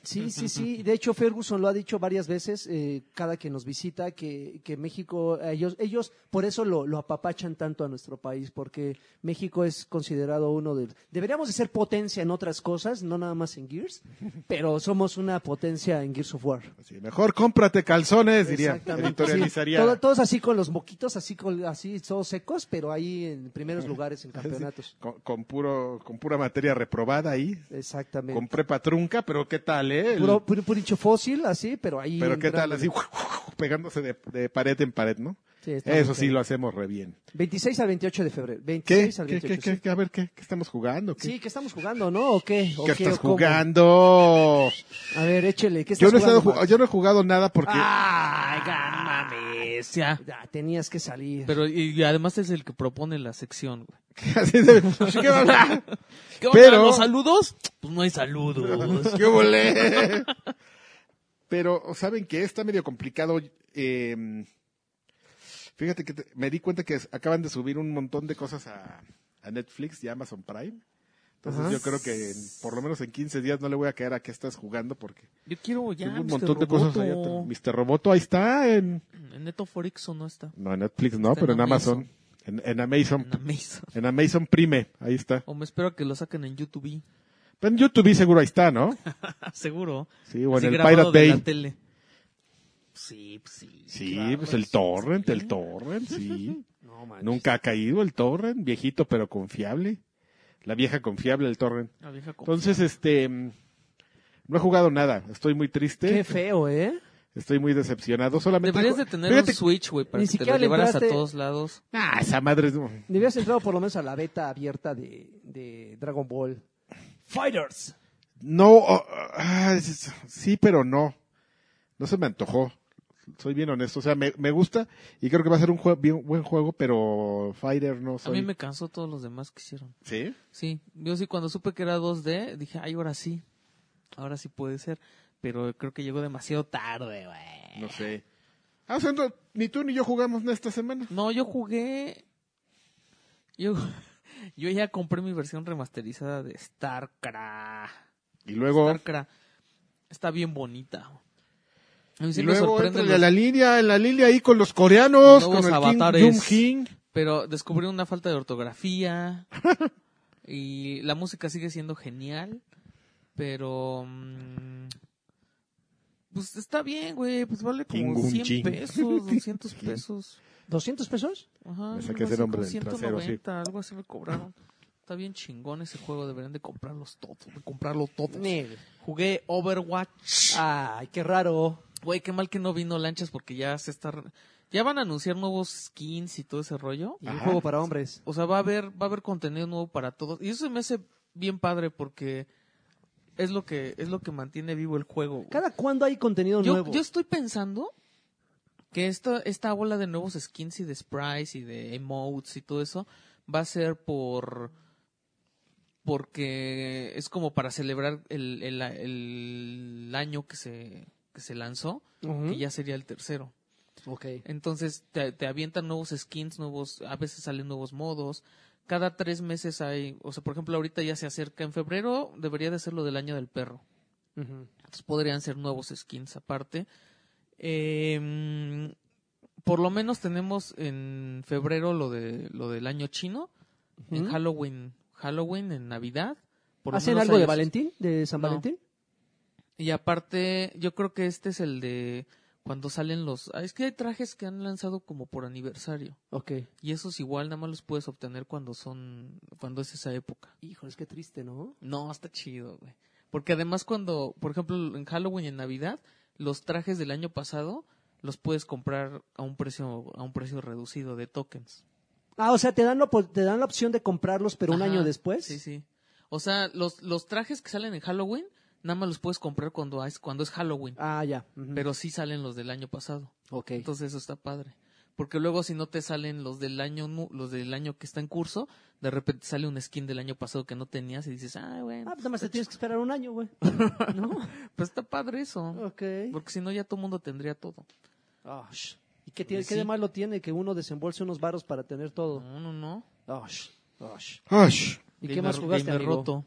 Sí, sí, sí. De hecho, Ferguson lo ha dicho varias veces, eh, cada que nos visita, que, que México, a ellos, ellos por eso lo, lo apapachan tanto a nuestro país, porque México es considerado uno de... Deberíamos de ser potencia en otras cosas, no nada más en Gears, pero somos una potencia en Gears of War. Así, mejor cómprate calzones, diría. Exactamente. Editorializaría. Sí, todo- todos así con los moquitos, así, con, así todos secos, pero ahí en primeros lugares [laughs] en campeonatos. Con, con puro, con pura materia reprobada ahí. Exactamente. Con prepa trunca, pero qué tal, eh. El- Puro, puro, purincho fósil, así, pero ahí... pero qué tal, entrándole. así, [laughs] pegándose de, de pared en pared, ¿no? Sí, está Eso muy sí cañón. lo hacemos re bien. 26 al 28 de febrero. ¿Qué? 26 al ¿Qué, 28. qué, qué, sí. qué? A ver, ¿qué, qué estamos jugando? ¿Qué, Sí, que estamos jugando, ¿no? ¿O qué? ¿O ¿Qué qué? estás ¿O cómo? jugando? A ver, échele. ¿Qué estás Yo no, he estado jugando, Ah. ju- yo no he jugado nada porque... Ay, gan- mames, ya. Max? Ah, tenías que salir. Pero y, y además es el que propone la sección, güey. [laughs] Así de- "Pues, ¿Qué onda? ¿Qué onda, Pero- los saludos? Pues no hay saludos. Pues, [laughs] ¿Qué volé? Pero, ¿saben qué? Está medio complicado. eh, fíjate que te- me di cuenta que acaban de subir un montón de cosas a, a Netflix y a Amazon Prime. Entonces Ajá. yo creo que en- por lo menos en 15 días no le voy a caer a qué estás jugando porque [laughs] Yo quiero ya hubo un Mr. montón de cosas allá. Roboto. Mr. Roboto ahí está en... En Neto Forixo no está. No, en Netflix no, Está pero en en Amazon. En, en Amazon. En Amazon. En Amazon Prime, ahí está. O me espero a que lo saquen en [laughs] YouTube. Pero en YouTube seguro ahí está, [laughs] ¿no? Ah, Seguro. Sí, o en Así el Pirate grabado de la Bay. tele. Sí, pues sí. Sí, claro, pues el sí, torrent, sí. el torrent, [laughs] sí. No, manches. Nunca ha caído el torrent, viejito pero confiable. La vieja confiable, el torrent. La vieja con- Entonces, este, mm, no he jugado nada. Estoy muy triste. Qué feo, ¿eh? Estoy muy decepcionado. Solamente. Deberías de tener Fíjate- un Switch, güey, para Ni que te siquiera lo le llevaras a entraste- todos lados. Ah, esa madre es. Debías entrado por lo menos a la beta abierta de, de Dragon Ball. [laughs] Fighters. No, oh, ah, es- es- sí, pero no. No se me antojó. Soy bien honesto. O sea, me, me gusta y creo que va a ser un jue- bien- buen juego, pero Fighter no soy. A mí me cansó todos los demás que hicieron. ¿Sí? Sí, yo sí cuando supe que era 2D, dije, ay, ahora sí. Ahora sí puede ser. Pero creo que llegó demasiado tarde, güey. No sé. Ah, o sea, no- ni tú ni yo jugamos esta semana. No, yo jugué... Yo, [laughs] yo ya compré mi versión remasterizada de StarCraft. Y luego, StarCraft está bien bonita. A mí y sí me luego sorprende entra los- la línea, en la línea ahí con los coreanos, Nuevos con el avatares. Kim Jong-un. pero descubrí una falta de ortografía [laughs] y la música sigue siendo genial, pero mm, Pues está bien, güey, pues vale como Chingun 100 chin. [laughs] pesos, 200 pesos. ¿200 pesos? Ajá, Me saqué algo ese así, nombre como del trasero, sí. 190, algo así me cobraron. Está bien chingón ese juego, deberían de comprarlos todos, de comprarlo todos. Nel. Jugué Overwatch. Ay, qué raro. Güey, qué mal que no vino Lanchas porque ya se está ya van a anunciar nuevos skins y todo ese rollo. Y un Ajá. juego para hombres. O sea, va a haber, va a haber contenido nuevo para todos. Y eso se me hace bien padre porque es lo que, es lo que mantiene vivo el juego. güey. ¿Cada cuándo hay contenido yo, nuevo? yo estoy pensando que esta, esta ola de nuevos skins y de sprites y de emotes y todo eso va a ser por porque es como para celebrar el, el- el año que se, que se lanzó, Ujú. que ya sería el tercero. Ok. Entonces te, te avientan nuevos skins, nuevos, a veces salen nuevos modos. Cada tres meses hay, o sea, por ejemplo, ahorita ya se acerca, en febrero debería de ser lo del año del perro. Ujú. Entonces podrían ser nuevos skins aparte. Eh, por lo menos tenemos en febrero lo de lo del año chino, en Ujú. Halloween, Halloween, en Navidad. Por lo ¿Hacen menos algo hay de esos- Valentín? ¿De San No. Valentín? Y aparte, yo creo que este es el de cuando salen los. ah, Es que hay trajes que han lanzado como por aniversario. Ok. Y esos igual nada más los puedes obtener cuando son, cuando es esa época. Híjole, es que triste, ¿no? No, está chido, güey. Porque además cuando, por ejemplo, en Halloween y en Navidad, los trajes del año pasado los puedes comprar a un precio, a un precio reducido de tokens. Ah, o sea, te dan, la po- te dan la opción de comprarlos, pero un Ajá, año después. Sí, sí. O sea, los, los trajes que salen en Halloween, nada más los puedes comprar cuando es, cuando es Halloween. Ah, ya. Ujú. Pero sí salen los del año pasado. ok. Entonces eso está padre. Porque luego si no te salen los del año nu- los del año que está en curso, de repente sale un skin del año pasado que no tenías y dices, ah, ah, bueno, pues nada más te tienes que esperar un [laughs] año, güey. ¿No? pues está padre eso. Ok. Porque si no ya todo el mundo tendría todo. Ah, sh. ¿Y qué, tiene, Sí. qué de malo tiene que uno desembolse unos varos para tener todo? No, no, no. Ah, sh. Ah, sh. Ash, ¿Y qué Gamer- más jugaste, gamer amigo? roto.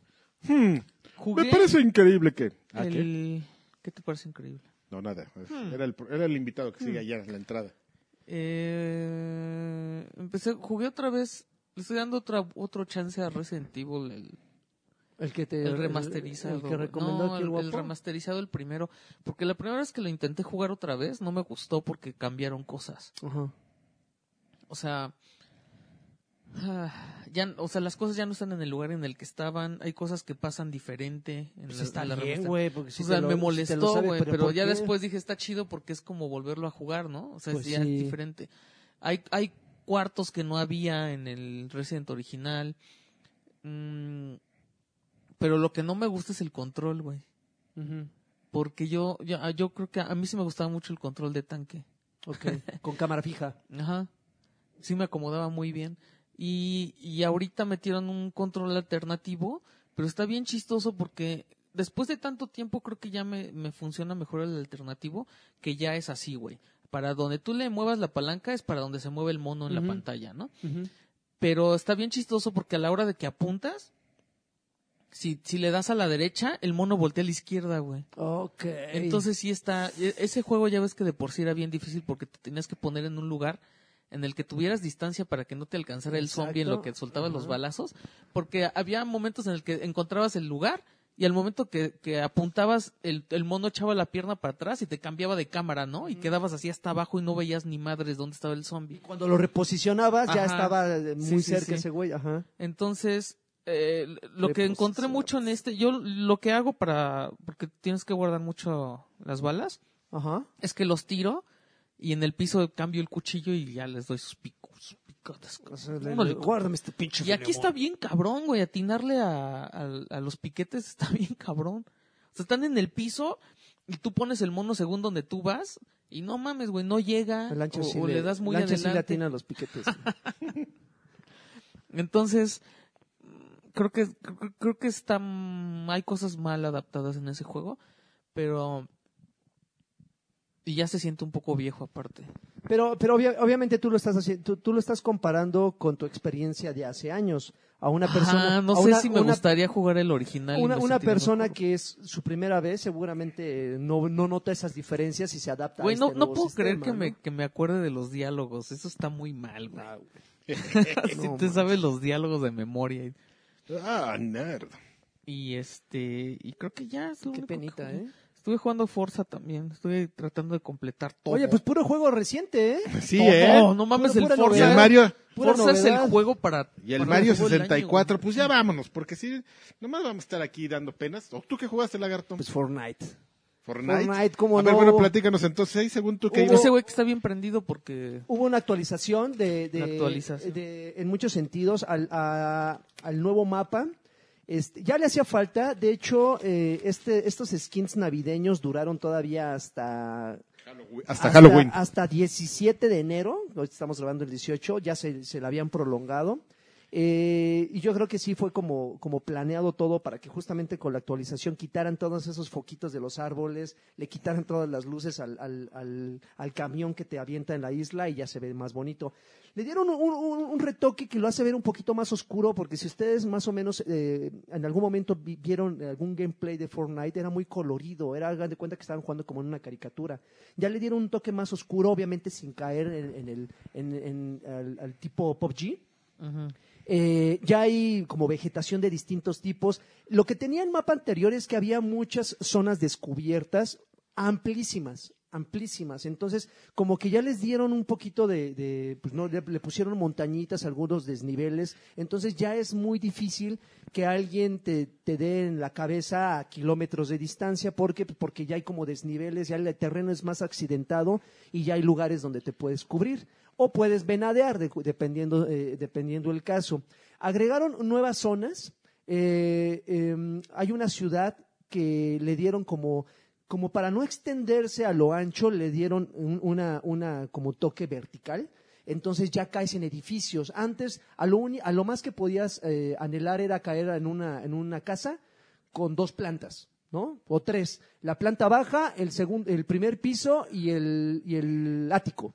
hmm, Jugué me parece increíble que... ¿Ah, qué? el... ¿Qué te parece increíble? No, nada. Hmm. Era, el, era el invitado que sigue allá en la entrada. Eh, empecé, jugué otra vez, le estoy dando otra, otro chance a Resident Evil, el, El que te... el remasterizado. El, que recomendó No, aquí el guapo. remasterizado el primero. Porque la primera vez que lo intenté jugar otra vez no me gustó porque cambiaron cosas. Ajá. O sea, [sighs] ah, ya, o sea, las cosas ya no están en el lugar en el que estaban. Hay cosas que pasan diferente. En Pues la- está en la bien, remaster- güey, porque si o te sea, lo- me si te lo molestó, sabes, güey, pero ¿por ya qué? después dije, está chido porque es como volverlo a jugar, ¿no? O sea, Pues ya sí. es diferente. Hay, hay cuartos que no había en el Resident original. Mm, pero lo que no me gusta es el control, güey. Ujú. Porque yo, yo, ah, yo creo que a mí sí me gustaba mucho el control de tanque. Ok. [laughs] Con cámara fija. Ajá. Sí me acomodaba muy bien. Y, y ahorita metieron un control alternativo, pero está bien chistoso porque después de tanto tiempo creo que ya me, me funciona mejor el alternativo, que ya es así, güey. Para donde tú le muevas la palanca es para donde se mueve el mono en Ujú. la pantalla, ¿no? Ujú. Pero está bien chistoso porque a la hora de que apuntas, si, si le das a la derecha, el mono voltea a la izquierda, güey. Ok. Entonces sí está, e- ese juego ya ves que de por sí era bien difícil porque te tenías que poner en un lugar en el que tuvieras distancia para que no te alcanzara el zombie en lo Exacto. que soltaba los Ajá. balazos, porque había momentos en el que encontrabas el lugar y al momento que, que apuntabas el, el mono echaba la pierna para atrás y te cambiaba de cámara, ¿no? Y quedabas así hasta abajo y no veías ni madres dónde estaba el zombie. Cuando lo reposicionabas ya Ajá. estaba eh, Sí, muy sí, cerca sí. ese güey. Ajá. Entonces, eh, lo que Preposiciones. encontré mucho en este, yo lo que hago para, porque tienes que guardar mucho las balas, Ajá. es que los tiro y en el piso cambio el cuchillo y ya les doy sus picos, sus picotas. O sea, le- Órale, le- guárdame este pinche y aquí filemón. está bien cabrón, güey. Atinarle a, a- a los piquetes está [laughs] bien cabrón. O sea, están en el piso y tú pones el mono según donde tú vas y no mames, güey, no llega. El ancho pues, o sí o le, das muy el ancho sí le adelante. atina a los piquetes. Entonces, mm, creo que, creo, creo que está, mm, hay cosas mal adaptadas en ese juego, pero... Y ya se siente un poco viejo aparte. Pero, pero obvia- obviamente tú lo estás haciendo, tú, tú lo estás comparando con tu experiencia de hace años a una persona, Ajá, Ah, no a sé una- si me una- gustaría jugar el original. y una, me una sentiría persona mejor. que es su primera vez seguramente eh, no, no nota esas diferencias y se adapta. Güey, a no, este no nuevo puedo sistema, creer que, ¿no? Me, que me acuerde de los diálogos. Eso está muy mal, güey. Ah, güey. [laughs] [laughs] si no te manches. sabes los diálogos de memoria. y- Ah, nerd. Y este. Y creo que ya es lo Qué único que penita, jugué. ¿eh? Estuve jugando Forza también. Estuve tratando de completar todo. Oye, pues puro juego reciente, ¿eh? Sí, Pues Todo, ¿eh? ¿eh? no mames, Pura- el pura y el novedad. Forza. Mario, Pura Forza es el novedad. juego para. y el para Mario juego del año, 64, güey. pues ya vámonos, porque si nomás vamos a estar aquí dando penas. ¿O tú qué jugaste, Lagarto? Pues Fortnite. Fortnite. Fortnite, ¿cómo a ver, no? bueno, platícanos entonces ahí, según tú, que Hubo- ibas. Ese güey que está bien prendido porque. Hubo una actualización de, de- Una actualización. de- en muchos sentidos al, a- al nuevo mapa. Este, ya le hacía falta, de hecho, eh, este, estos skins navideños duraron todavía hasta Ah, Hasta Halloween. Hasta 17 de enero, hoy estamos grabando el 18, ya se, se la habían prolongado. Eh, y yo creo que sí fue como, como planeado todo para que justamente con la actualización quitaran todos esos foquitos de los árboles, le quitaran todas las luces al, al, al- al camión que te avienta en la isla y ya se ve más bonito. Le dieron un, un- un retoque que lo hace ver un poquito más oscuro porque si ustedes más o menos eh, en algún momento vi- vieron algún gameplay de Fortnite era muy colorido, era hagan de cuenta que estaban jugando como en una caricatura. Ya le dieron un toque más oscuro, obviamente sin caer en, en el en, en- al, al tipo Pop G. Ujú. Eh, ya hay como vegetación de distintos tipos. Lo que tenía el mapa anterior es que había muchas zonas descubiertas amplísimas, amplísimas. Entonces, como que ya les dieron un poquito de, de, pues no, le, le pusieron montañitas, algunos desniveles. Entonces ya es muy difícil que alguien te, te dé en la cabeza a kilómetros de distancia porque, porque ya hay como desniveles, ya el terreno es más accidentado y ya hay lugares donde te puedes cubrir o puedes venadear de- dependiendo, eh, dependiendo el caso. Agregaron nuevas zonas. eh, em, hay una ciudad que le dieron como, como para no extenderse a lo ancho, le dieron un- una, una como toque vertical. Entonces ya caes en edificios. Antes, a lo, uni- a lo más que podías eh, anhelar era caer en una, en una casa con dos plantas, ¿no? O tres. La planta baja, el, segun- el primer piso y el, y el ático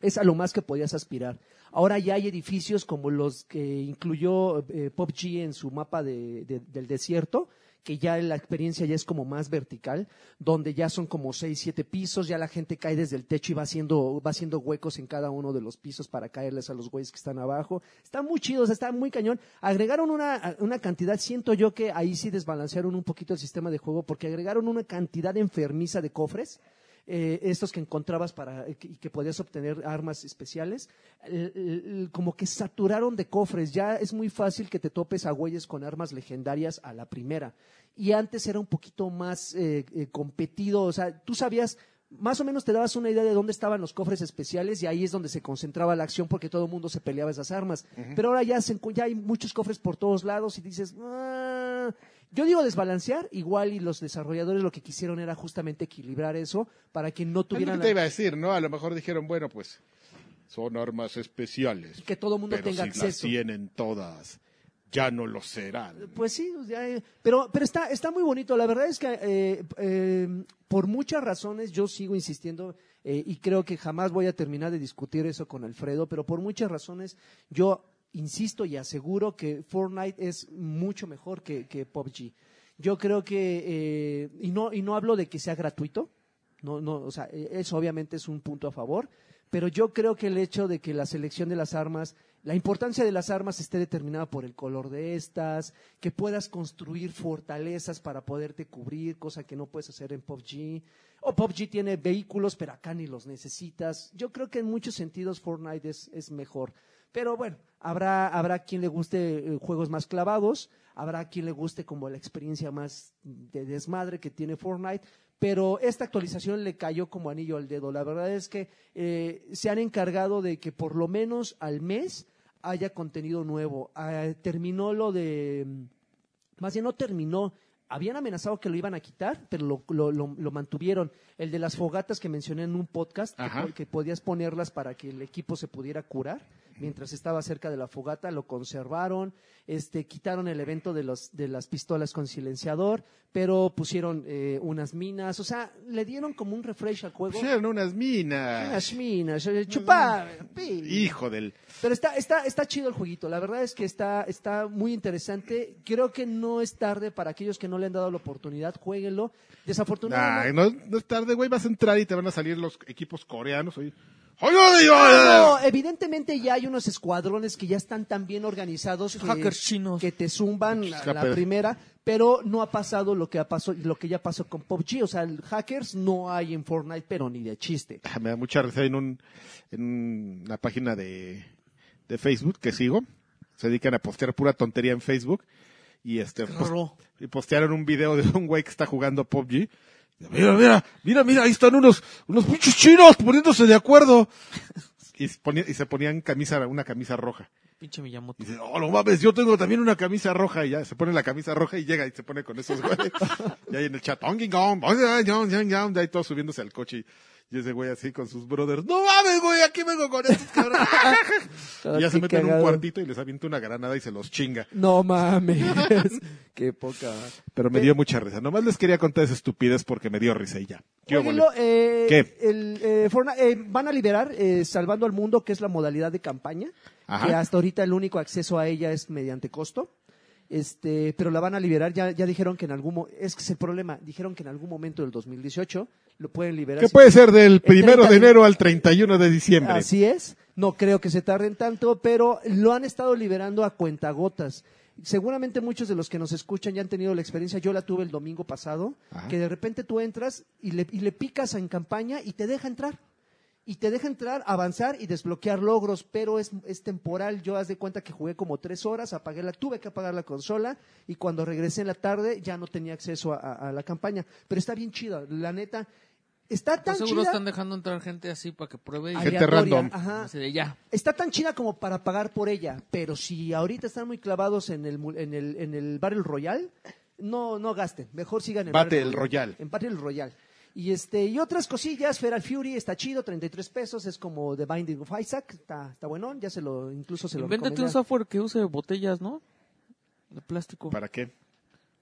es a lo más que podías aspirar. Ahora ya hay edificios como los que incluyó eh, Pop G en su mapa de- de- del desierto, que ya la experiencia ya es como más vertical, donde ya son como seis, siete pisos, ya la gente cae desde el techo y va haciendo, va haciendo huecos en cada uno de los pisos para caerles a los güeyes que están abajo. Está muy chido, o sea, está muy cañón. Agregaron una, una cantidad, siento yo que ahí sí desbalancearon un poquito el sistema de juego, porque agregaron una cantidad enfermiza de cofres eh, estos que encontrabas para y que, y que podías obtener armas especiales, l- l- como que saturaron de cofres. Ya es muy fácil que te topes a güeyes con armas legendarias a la primera. Y antes era un poquito más eh, eh, competido, o sea, tú sabías. Más o menos te dabas una idea de dónde estaban los cofres especiales y ahí es donde se concentraba la acción porque todo el mundo se peleaba esas armas. Pero ahora ya, se encu- ya hay muchos cofres por todos lados y dices, "Ah, yo digo desbalancear, igual y los desarrolladores lo que quisieron era justamente equilibrar eso para que no Es lo tuvieran que te la- iba a decir, ¿no? A lo mejor dijeron, bueno, pues son armas especiales. que todo el mundo pero tenga si las acceso. tienen todas, ya no lo serán. Pues sí, o sea, eh, pero, pero está, está muy bonito. La verdad es que eh, eh, por muchas razones yo sigo insistiendo eh, y creo que jamás voy a terminar de discutir eso con Alfredo, pero por muchas razones yo insisto y aseguro que Fortnite es mucho mejor que, que PUBG. Yo creo que, eh, y, no, y no hablo de que sea gratuito, no, no, o sea, eh, eso obviamente es un punto a favor, pero yo creo que el hecho de que la selección de las armas, la importancia de las armas esté determinada por el color de estas, que puedas construir fortalezas para poderte cubrir, cosa que no puedes hacer en PUBG. O PUBG tiene vehículos, pero acá ni los necesitas. Yo creo que en muchos sentidos Fortnite es, es mejor. Pero bueno, habrá, habrá quien le guste eh, juegos más clavados, habrá quien le guste como la experiencia más de desmadre que tiene Fortnite, pero esta actualización le cayó como anillo al dedo. La verdad es que eh, se han encargado de que por lo menos al mes haya contenido nuevo. Ah, terminó lo de más bien no terminó. Habían amenazado que lo iban a quitar, pero lo, lo- lo- lo mantuvieron. El de las fogatas que mencioné en un podcast, que, Ajá. po- que podías ponerlas para que el equipo se pudiera curar mientras estaba cerca de la fogata, lo conservaron, este, quitaron el evento de, los, de las pistolas con silenciador, pero pusieron eh, unas minas, o sea, le dieron como un refresh al juego. Pusieron Pues, unas minas. Unas minas, eh, chupá, pi. Hijo del... Pero está, está, está chido el jueguito. La verdad es que está, está muy interesante. Creo que no es tarde para aquellos que no le han dado la oportunidad. Jueguenlo. Ay, Desafortunadamente. no, no es tarde, güey. Vas a entrar y te van a salir los equipos coreanos. oye. ¡Ay, No, ay, ay! evidentemente ya hay unos escuadrones que ya están tan bien organizados que, Hackers chinos. que Pues te zumban a la Escape. primera. pero no ha pasado lo que, ha pasó, lo que ya pasó con PUBG. O sea, el- hackers no hay en Fortnite, pero ni de chiste. Ah, [laughs] Me da mucha risa en, un, en una página de, de Facebook que sigo. Se dedican a postear pura tontería en Facebook. Y este pos- Raro. y postearon un video de un güey que está jugando PUBG. Mira, mira, mira, mira, ahí están unos, unos pinches chinos poniéndose de acuerdo. [laughs] Y, se ponía- y se ponían camisa, una camisa roja. Pinche Miyamoto. Y dice, oh, no mames, yo tengo también una camisa roja. Y ya se pone la camisa roja y llega y se pone con esos güeyes. y ahí en el chat, "Ongi gong, ongi gong, gong, gong", y ahí todos subiéndose al coche. Y, y ese güey así con sus brothers, no mames, güey, aquí vengo con estos cabrones. y ya se Qué meten en un cagado. cuartito y les avienta una granada y se los chinga. No mames. [laughs] Qué poca. Pero me dio mucha risa. Nomás les quería contar esa estupidez porque me dio risa y ya. ¿Qué hubo, Óiganlo, eh, ¿Qué? el, eh, Fortnite, eh, van a liberar eh, Salvando al Mundo, que es la modalidad de campaña, Ajá. que hasta ahorita el único acceso a ella es mediante costo. Este, pero la van a liberar, ya, ya dijeron que en algún mo- es que es el problema, dijeron que en algún momento del 2018 lo pueden liberar. Que sin- puede ser del primero 30 de de- Ah, enero al 31 de diciembre. Así es. No creo que se tarden tanto, pero lo han estado liberando a cuentagotas. Seguramente muchos de los que nos escuchan ya han tenido la experiencia. Yo la tuve el domingo pasado, Ajá. que de repente tú entras y le, y le picas en campaña y te deja entrar. Y te deja entrar, avanzar y desbloquear logros, pero es, es temporal. Yo haz de cuenta que jugué como tres horas, apagué la, tuve que apagar la consola y cuando regresé en la tarde ya no tenía acceso a, a- a la campaña. Pero está bien chida, la neta. Está tan Pues seguro chida. están dejando entrar gente así para que pruebe y Gente aleatoria, random. ajá. Así de ya. Está tan chida como para pagar por ella, pero si ahorita están muy clavados en el mul- en el, en el Battle Royale, no no gasten, mejor sigan en Battle Royale. Royale. En Battle Royale. Y este y otras cosillas, Feral Fury está chido, 33 pesos, es como The Binding of Isaac, está está buenón, ya se lo incluso se lo Invéntate un recomendé. software que use botellas, ¿no? De plástico. ¿Para qué?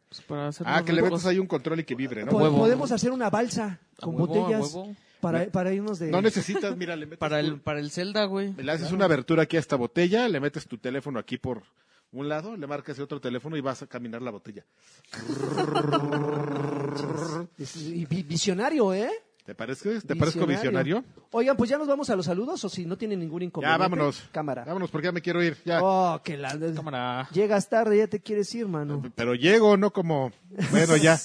Pues para hacer Ah, unos que le ricos- metas ahí un control y que vibre, ¿no? Po- huevo. Podemos hacer una balsa A con huevo, a botellas huevo. para para irnos de No necesitas, mira, le metes Para tu- el, para el Zelda, güey. Le haces una abertura aquí a esta botella, le metes tu teléfono aquí por un lado, le marcas el otro teléfono y vas a caminar la botella. es- y vi- visionario, ¿eh? ¿Te parece? ¿Te parezco visionario? Oigan, pues ya nos vamos a los saludos o si no tienen ningún Ya, inconveniente. vámonos. Cámara. Vámonos porque ya me quiero ir. Ya. Oh, que la... Cámara. Llegas tarde, ya te quieres ir, mano. Pero llego, no como. Bueno, [laughs] ya.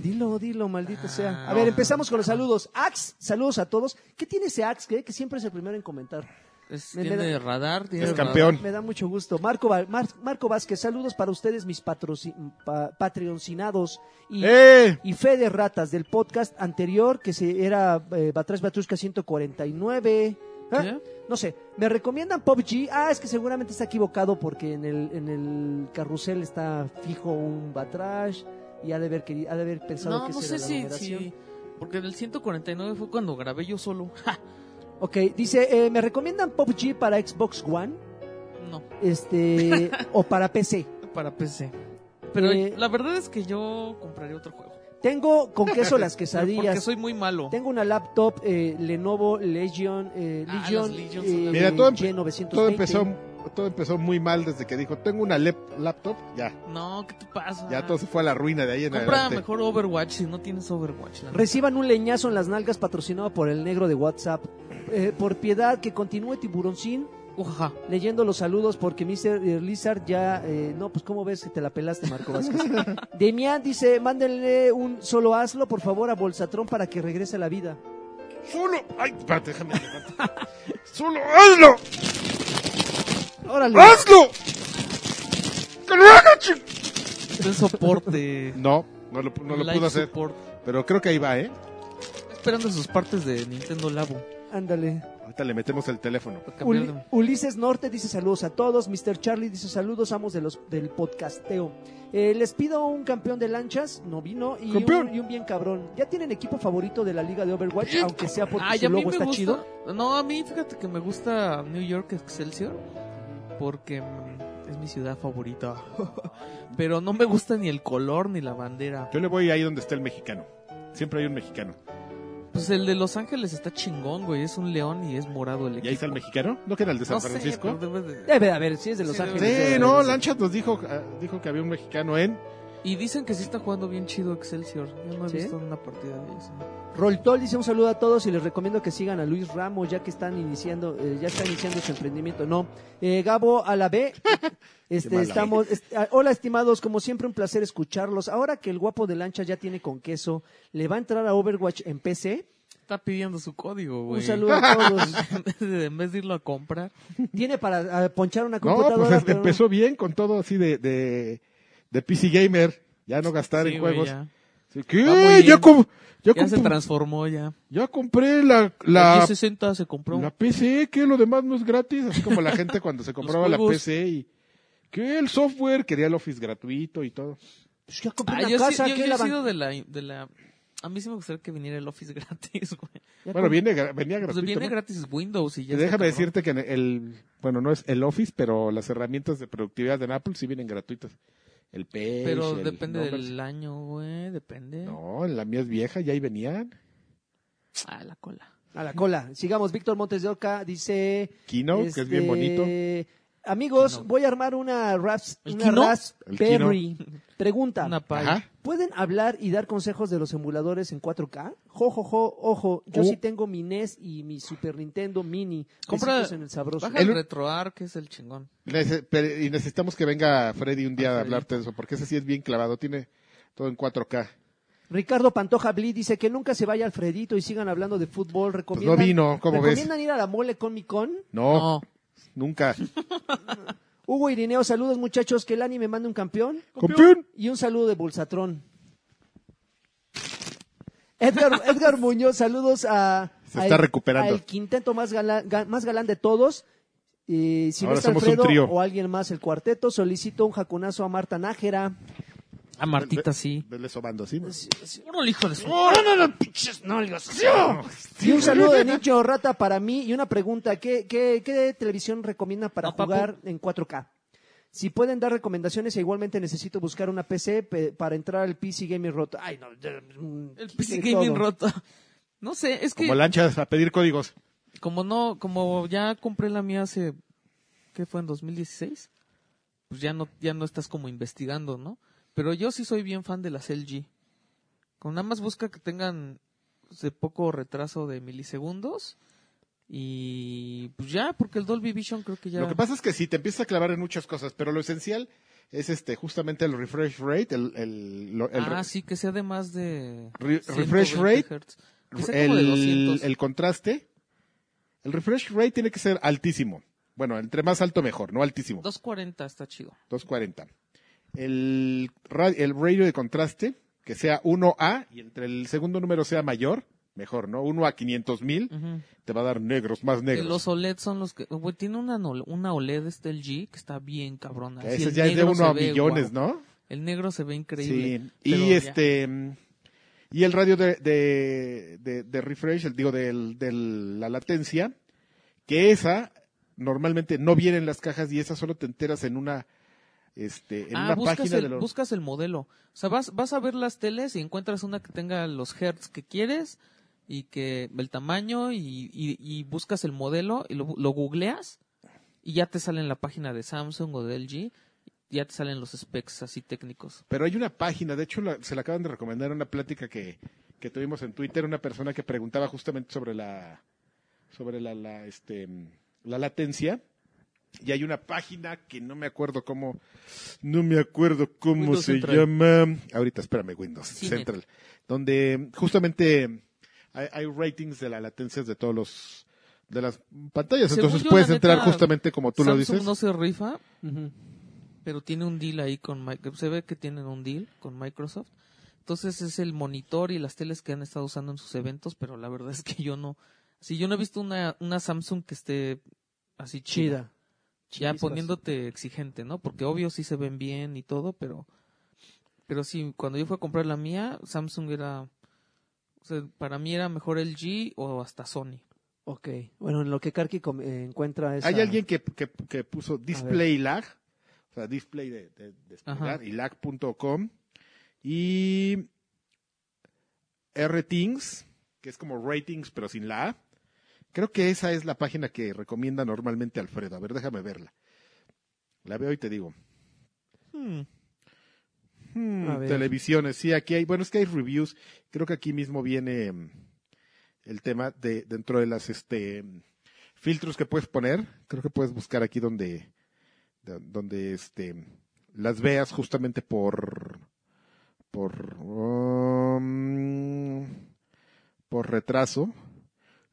Dilo, dilo, maldito sea. A no. ver, empezamos con los saludos. Ax, saludos a todos. ¿Qué tiene ese Ax, que, que siempre es el primero en comentar? Es- Me- me tiene da- radar, tiene Es radar. campeón. Me da mucho gusto. Marco, Va- Mar- Marco Vázquez, saludos para ustedes, mis patroci- pa- patrocinados y, ¡Eh! y fe de ratas del podcast anterior, que se era eh, Batrás Batrusca 149. ¿Ah? ¿Qué? No sé, me recomiendan PUBG. Ah, es que seguramente está equivocado porque en el, en el carrusel está fijo un Batrash y ha de haber, querido- ha de haber pensado No, que no esa era sé la si, numeración. si- Porque en el 149 fue cuando grabé yo solo. Ja, Ok, dice, eh, me recomiendan PUBG para Xbox One no, [laughs] este o para PC. para PC. Pero Eh, la verdad es que yo compraría otro juego. Tengo con queso las [laughs] Pero Porque quesadillas. soy muy malo. Tengo una laptop eh, Lenovo Legion, eh, Ah, Legion, las Legion son eh, las- Mira, todo empe- G920. Todo empezó, todo empezó muy mal desde que dijo: Tengo una lep- laptop. Ya. No, ¿qué te pasa? Ya todo se fue a la ruina de ahí en Compra adelante. mejor Overwatch si no tienes Overwatch. la neta. Reciban un leñazo en las nalgas patrocinado por el negro de WhatsApp. Eh, por piedad, que continúe Tiburoncín Ujaja. leyendo los saludos porque Mr. Lizard ya... eh, no, pues cómo ves que te la pelaste, Marco [laughs] Vázquez. Demián dice, mándenle un solo hazlo, por favor, a Bolsatrón para que regrese a la vida. Solo. ¡Ay! Espérate, déjame. levantar. [laughs] ¡Solo hazlo! Órale. ¡Hazlo! ¡Que lo haga, chi- El soporte. No, no lo, [laughs] no lo Live pudo hacer. support. Pero creo que ahí va, ¿eh? Esperando sus partes de Nintendo Labo. Ándale. Ahorita le metemos el teléfono. Para cambiar Uli- de- Ulises Norte dice saludos a todos. Mr. Charlie dice saludos, amos de los, del podcasteo. Eh, les pido un campeón de lanchas, no vino, y, Campeón. Un, y un bien cabrón. ¿Ya tienen equipo favorito de la liga de Overwatch? Aunque sea porque Ay, su Ah, a mí logo me está gusta- chido. No, a mí fíjate que me gusta New York Excelsior porque mm, es mi ciudad favorita. [laughs] Pero no me gusta ni el color ni la bandera. Yo le voy ahí donde está el mexicano. Siempre hay un mexicano. Pues el de Los Ángeles está chingón, güey. Es un león y es morado el ¿Y equipo. ahí está el mexicano? ¿No que era el de San No sé, Francisco? pero debe de- Debe de haber, si es de Los Sí, Ángeles. debe Sí, debe de no, haber. Lanchas nos dijo, ah, dijo que había un mexicano en Y dicen que sí está jugando bien chido Excelsior. Yo no he ¿Sí? visto una partida de ellos. Roltol dice un saludo a todos y les recomiendo que sigan a Luis Ramos ya que están iniciando, eh, ya está iniciando su emprendimiento. No, eh, Gabo a la [laughs] B. Qué Este, mala estamos, est- ah, hola estimados, como siempre un placer escucharlos. Ahora que el guapo de lancha ya tiene con queso, ¿le va a entrar a Overwatch en PC? Está pidiendo su código, güey. Un saludo a todos. [laughs] en vez de irlo a comprar. tiene para ah, ponchar una No, computadora. pues este pero no. empezó bien con todo así de, de, de PC Gamer. Ya no gastar Sí, en güey, juegos. ya. Sí, ¿qué? Va muy Yo, bien. com- yo, Ya se compu- transformó ya. ya compré la, La la, 60 se compró. la PC, que lo demás no es gratis. Así como la gente cuando [laughs] se compraba la juegos. PC y que el software quería el Office gratuito y todo. Pues ya compré Ah, una yo sí- casa, yo- ¿qué yo la he van- sido de la, de la... A mí sí me gustaría que viniera el Office [laughs] gratis, güey. ya Bueno, comp- viene, gra- venía Pues gratuito. viene ¿no? gratis Windows y ya Que está, Déjame cabrón. decirte que en el, bueno, no es el Office, pero las herramientas de productividad de Apple sí vienen gratuitas. El Page, Pero el depende Numbers. del año, güey. Depende. No, la mía es vieja, ya ahí venían. Ah, la cola. A la cola. Sigamos, Víctor Montes de Oca dice... Kino, que es bien bonito. Este, Amigos, Kino. voy a armar una, raps, ¿El una Kino? [laughs] Raspberry. Pregunta. Una palla. Ajá. ¿Pueden hablar y dar consejos de los emuladores en 4K? Jo, jo, jo, ojo, yo Oh. sí tengo mi NES y mi Super Nintendo Mini. Compra- Besitos en el sabroso. Baja El- el, RetroArch, que es el chingón. Nece- pero- y necesitamos que venga Freddy un día Ah, a Freddy. hablarte de eso, porque ese sí es bien clavado, tiene todo en 4K. Ricardo Pantoja Bli dice que nunca se vaya Alfredito y sigan hablando de fútbol. Recomiendan, Pues vino, ¿cómo ves? ¿recomiendan ir a la mole con mi con? No, No. nunca. Hugo Irineo, saludos muchachos, que el anime mande un campeón. ¡Campeón! Y un saludo de Bulsatrón. [laughs] Edgar, Edgar Muñoz, saludos a. Se a está el- recuperando. Al quinteto más galán, ga- más galán de todos. Y si no Ahora está somos un Alfredo trío. o alguien más el cuarteto, solicito un jacunazo a Marta Nájera. [laughs] A Martita sí. Vele sobando así. ¿no? Uno, hijo de su... Y [laughs] un saludo de Nicho Rata para mí. Y una pregunta: ¿qué, qué, qué televisión recomienda para No, papu. jugar en 4K? Si pueden dar recomendaciones, e igualmente necesito buscar una PC pe- para entrar al PC Gaming Roto. Ay, no. de- mm, El PC de Gaming todo. roto. [laughs] No sé, es que Como lanchas a pedir códigos. como no, como ya compré la mía hace, ¿qué fue? En 2016. Pues ya no, ya no estás como investigando, ¿no? Pero yo sí soy bien fan de las LG. Con nada más busca que tengan de poco retraso de milisegundos. Y pues ya, porque el Dolby Vision creo que ya... Lo que pasa es que sí, te empiezas a clavar en muchas cosas, pero lo esencial es este justamente el refresh rate, el, el, lo- el ah, re- sí, que sea de más de... Re- refresh 120 rate, hertz. Que sea como de el, 200. el contraste. El refresh rate tiene que ser altísimo. Bueno, entre más alto mejor, no altísimo. 240 está chido. 240. El, ra- el radio de contraste, que sea 1A y entre el segundo número sea mayor, mejor, ¿no? 1 a 500 mil, Ujú. te va a dar negros, más Que negros. Eh, Los OLED son los que... Güey, tiene una, no- una OLED este LG que está bien cabrona. Que Así ese el ya es de negro 1 a se ve millones, guau. ¿no? El negro se ve Sí. increíble. pero Y ya. este. mm, Y el radio de, de, de- de refresh, el- digo, del- de la latencia, que esa normalmente no viene en las cajas y esa solo te enteras en una. Este, en ah, una buscas, página el, de los. buscas el modelo. O sea, vas, vas a ver las teles y encuentras una que tenga los hertz que quieres y que el tamaño y, y- y buscas el modelo y lo, lo googleas y ya te sale en la página de Samsung o de LG. Ya te salen los specs así técnicos. Pero hay una página, de hecho la- se la acaban de recomendar una plática que, que tuvimos en Twitter, una persona que preguntaba justamente sobre la sobre la, la, este, mm, la latencia y hay una página que no me acuerdo cómo no me acuerdo cómo Windows se Central. llama. Ahorita espérame Windows Cine. Central, donde justamente hay, hay ratings de las latencias de todos los de las pantallas, Según entonces yo, puedes la entrar neta, justamente como tú Samsung lo dices. no se rifa, Ujú. pero tiene un deal ahí con Microsoft. Se ve que tienen un deal con Microsoft. Entonces es el monitor y las teles que han estado usando en sus eventos, pero la verdad es que yo no. Si yo no he visto una, una Samsung que esté así Chida. chida, ya Chispas. poniéndote exigente, ¿no? Porque obvio sí se ven bien y todo, pero. Pero sí, cuando yo fui a comprar la mía, Samsung era. o sea, para mí era mejor LG o hasta Sony. Ok. Bueno, en lo que Karki com- eh, encuentra esa... Hay alguien que, que- que puso display lag, o sea, display de, de- de despegar, Ajá. y lag.com. Y RTings, que es como ratings, pero sin la A. Creo que esa es la página que recomienda normalmente Alfredo. A ver, déjame verla. La veo y te digo. Hmm. Hmm, A ver. televisiones, sí, aquí hay, bueno, es que hay reviews, creo que aquí mismo viene mm, el tema de dentro de las este mm, filtros que puedes poner, creo que puedes buscar aquí donde do- donde este las veas justamente por por um, por retraso.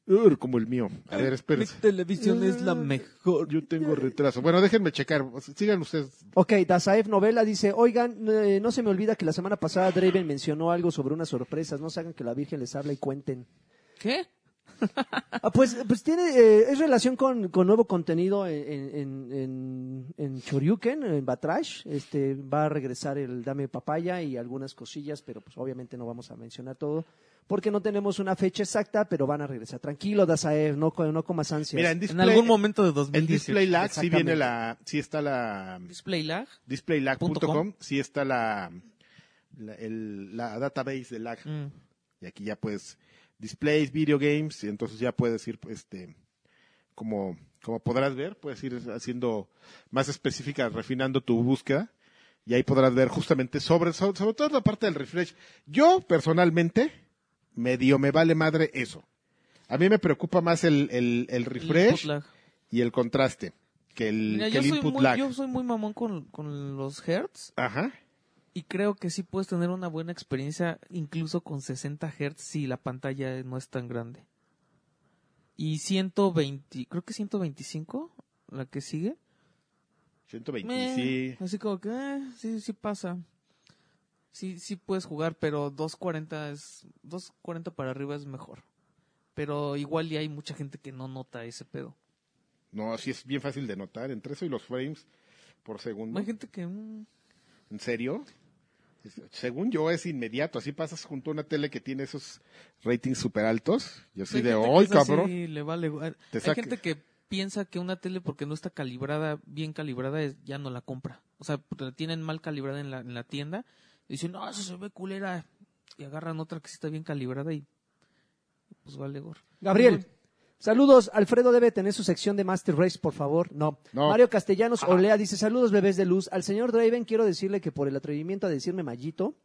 Ur, como el mío. A ver, espérense. televisión es la mejor. Yo tengo retraso. Bueno, déjenme checar. Sigan ustedes. Ok, Dazaev Novela dice, oigan, eh, no se me olvida que la semana pasada Draven mencionó algo sobre unas sorpresas, no se hagan que la Virgen les habla y cuenten. ¿Qué? Ah, pues, pues tiene, eh, es relación con, con nuevo contenido en, en, en, en Choryuken, en Batrash. Este, va a regresar el Dame Papaya y algunas cosillas, pero pues obviamente no vamos a mencionar todo. Porque no tenemos una fecha exacta, pero van a regresar. Tranquilo, Dazaev, no, co- no comas ansias. Mira, en En display, algún momento de en 2018. display lag sí Exactamente. viene la, sí está la Display lag. Punto displaylag.com, com. sí está la, la, el- la database de lag. Mm. Y aquí ya puedes displays, video games, y entonces ya puedes ir, este, como, como podrás ver, puedes ir haciendo más específicas, refinando tu búsqueda. Y ahí podrás ver justamente sobre, sobre, sobre todo la parte del refresh. Yo, personalmente, medio me vale madre eso. A mí me preocupa más el, el, el El refresh input lag. y el contraste que el, Mira, que yo, el soy input muy, lag. yo soy muy mamón con, con los hertz Ajá. y creo que sí puedes tener una buena experiencia incluso con 60 hertz si la pantalla no es tan grande. Y 120, creo que 125, la que sigue. 120, Meh, sí. Así como que, eh, sí, sí pasa. Sí, sí puedes jugar, pero 240 es 240 para arriba es mejor. Pero igual y hay mucha gente que no nota ese pedo. No, así es bien fácil de notar. Entre eso y los frames por segundo. Hay gente que mm, ¿En serio? Es- Según yo es inmediato, así pasas junto a una tele que tiene esos ratings súper altos. Yo soy Pues Hay de gente que hoy, es así, cabrón. le vale gu- Te Hay saca- gente que piensa que una tele porque no está calibrada, bien calibrada, es- ya no la compra. O sea, pues, la tienen mal calibrada en la, en la tienda. Y dicen, no, eso se ve culera. Y agarran otra que sí está bien calibrada y pues vale gorro. Gabriel. Saludos, Alfredo debe tener su sección de Master Race, por favor. No. No. Mario Castellanos Ah. Olea dice, saludos bebés de luz. Al señor Draven quiero decirle que por el atrevimiento a decirme Mallito,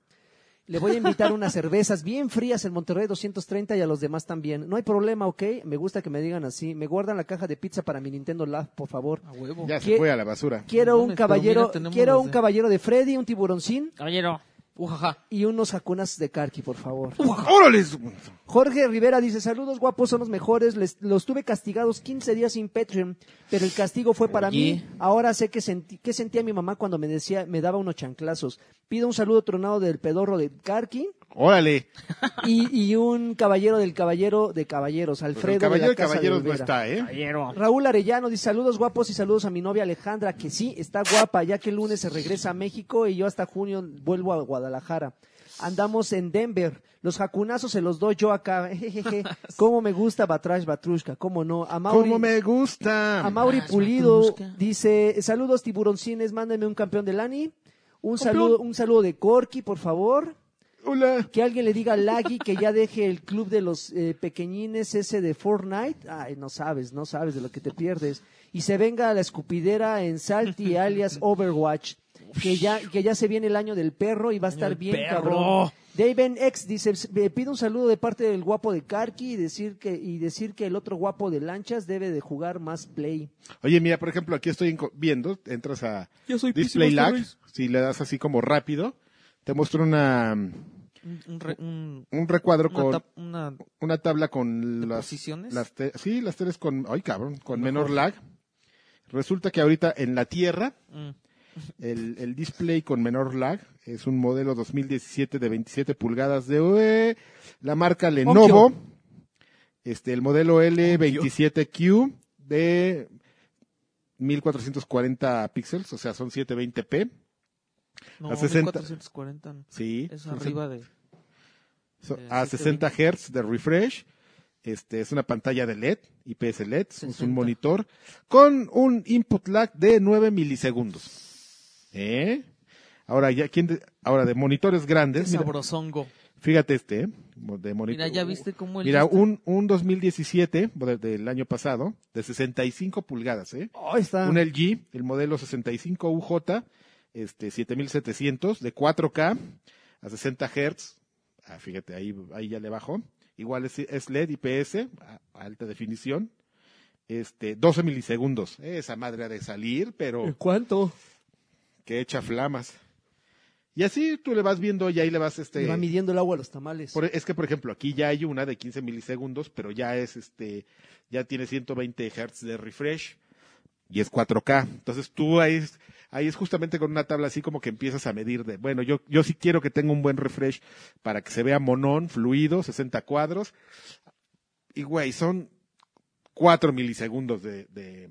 le voy a invitar [laughs] unas cervezas bien frías en Monterrey 230 y a los demás también. No hay problema, ¿ok? Me gusta que me digan así. Me guardan la caja de pizza para mi Nintendo Lab, por favor. A huevo. Ya se ¿Qué? fue a la basura. Quiero No un mames, pero caballero, mira, tenemos quiero los un de- caballero de Freddy, un tiburoncín Caballero. Ujaja. y unos jacunas de Karki, por favor. ¡Órale! Jorge Rivera dice, saludos guapos, son los mejores, les- los tuve castigados 15 días sin Patreon, pero el castigo fue para Oye. mí, ahora sé que, sentí, que sentía mi mamá cuando me decía, me daba unos chanclazos. Pido un saludo tronado del pedorro de Karki ¡Órale! Pues y, y un caballero del caballero de caballeros, Pues Alfredo el caballero de de la Casa de caballeros no Olvera. está, ¿eh? Caballero. Raúl Arellano dice saludos guapos y saludos a mi novia Alejandra, que sí, está guapa, ya que el lunes se regresa a México y yo hasta junio vuelvo a Guadalajara. Andamos en Denver, los jacunazos se los doy yo acá. [laughs] Jejeje. ¿Cómo me gusta Batrash Batrushka? ¿Cómo no? A Mauri, ¡Cómo me gusta! a Mauri Batrash Pulido Batrushka. dice saludos tiburoncines, mándenme un campeón de Lani. Un Campeón. saludo, un saludo de Corky, por favor. ¡Hola! Que alguien le diga a Laggy que ya deje el club de los eh, pequeñines ese de Fortnite. Ay, no sabes, no sabes de lo que te pierdes. Y se venga a la escupidera en [laughs] Salty alias Overwatch. Que ya, que ya se viene el año del perro y va a estar del bien perro. cabrón. Daven X dice, "Me pido un saludo de parte del guapo de Karki y decir que, y decir que el otro guapo de Lanchas debe de jugar más play. Oye, mira, por ejemplo, aquí estoy enco- viendo, entras a Yo soy Display pésimo, este Lag, Terrence. si le das así como rápido, te muestra una, un Un, un re- un- recuadro una, con, tap- una- una tabla con las posiciones? las te- sí, las teles con, ay cabrón, con Mejor. menor lag. Resulta que ahorita en la Tierra mm. el, el display con menor lag es un modelo 2017 de 27 pulgadas de eh, la marca Lenovo. Este el modelo L27Q de 1440 píxeles, o sea, son 720p. No, A 60. 1440. no. Sí, Es son arriba de... So- Eh, a 720. 60 Hz de refresh. Este es una pantalla de LED, IPS LED, es 60. un monitor con un input lag de 9 milisegundos. ¿Eh? Ahora ya ¿quién de, ahora de monitores Qué grandes, mira, sabrosongo. fíjate este, ¿eh? Mo- de moni- Mira, ya viste cómo el... Mira, un, un 2017 de- del año pasado de 65 pulgadas, ¿eh? Oh, está. Un LG, el modelo 65UJ este 7700 de 4K a 60 Hz. Ah, fíjate, ahí, ahí ya le bajó. Igual es, es E LED IPS, a- a alta definición. Este, 12 milisegundos. Esa madre ha de salir, pero ¿Cuánto? que echa flamas. Y así tú le vas viendo y ahí le vas este Le va midiendo el agua a los tamales. por- e, es que, por ejemplo, aquí ya hay una de 15 milisegundos, pero ya es este, ya tiene 120 Hz de refresh y es 4K. Entonces tú ahí, es- ahí es justamente con una tabla así como que empiezas a medir de, bueno, yo, yo sí quiero que tenga un buen refresh para que se vea monón, fluido, 60 cuadros. Y güey, son 4 milisegundos de, de,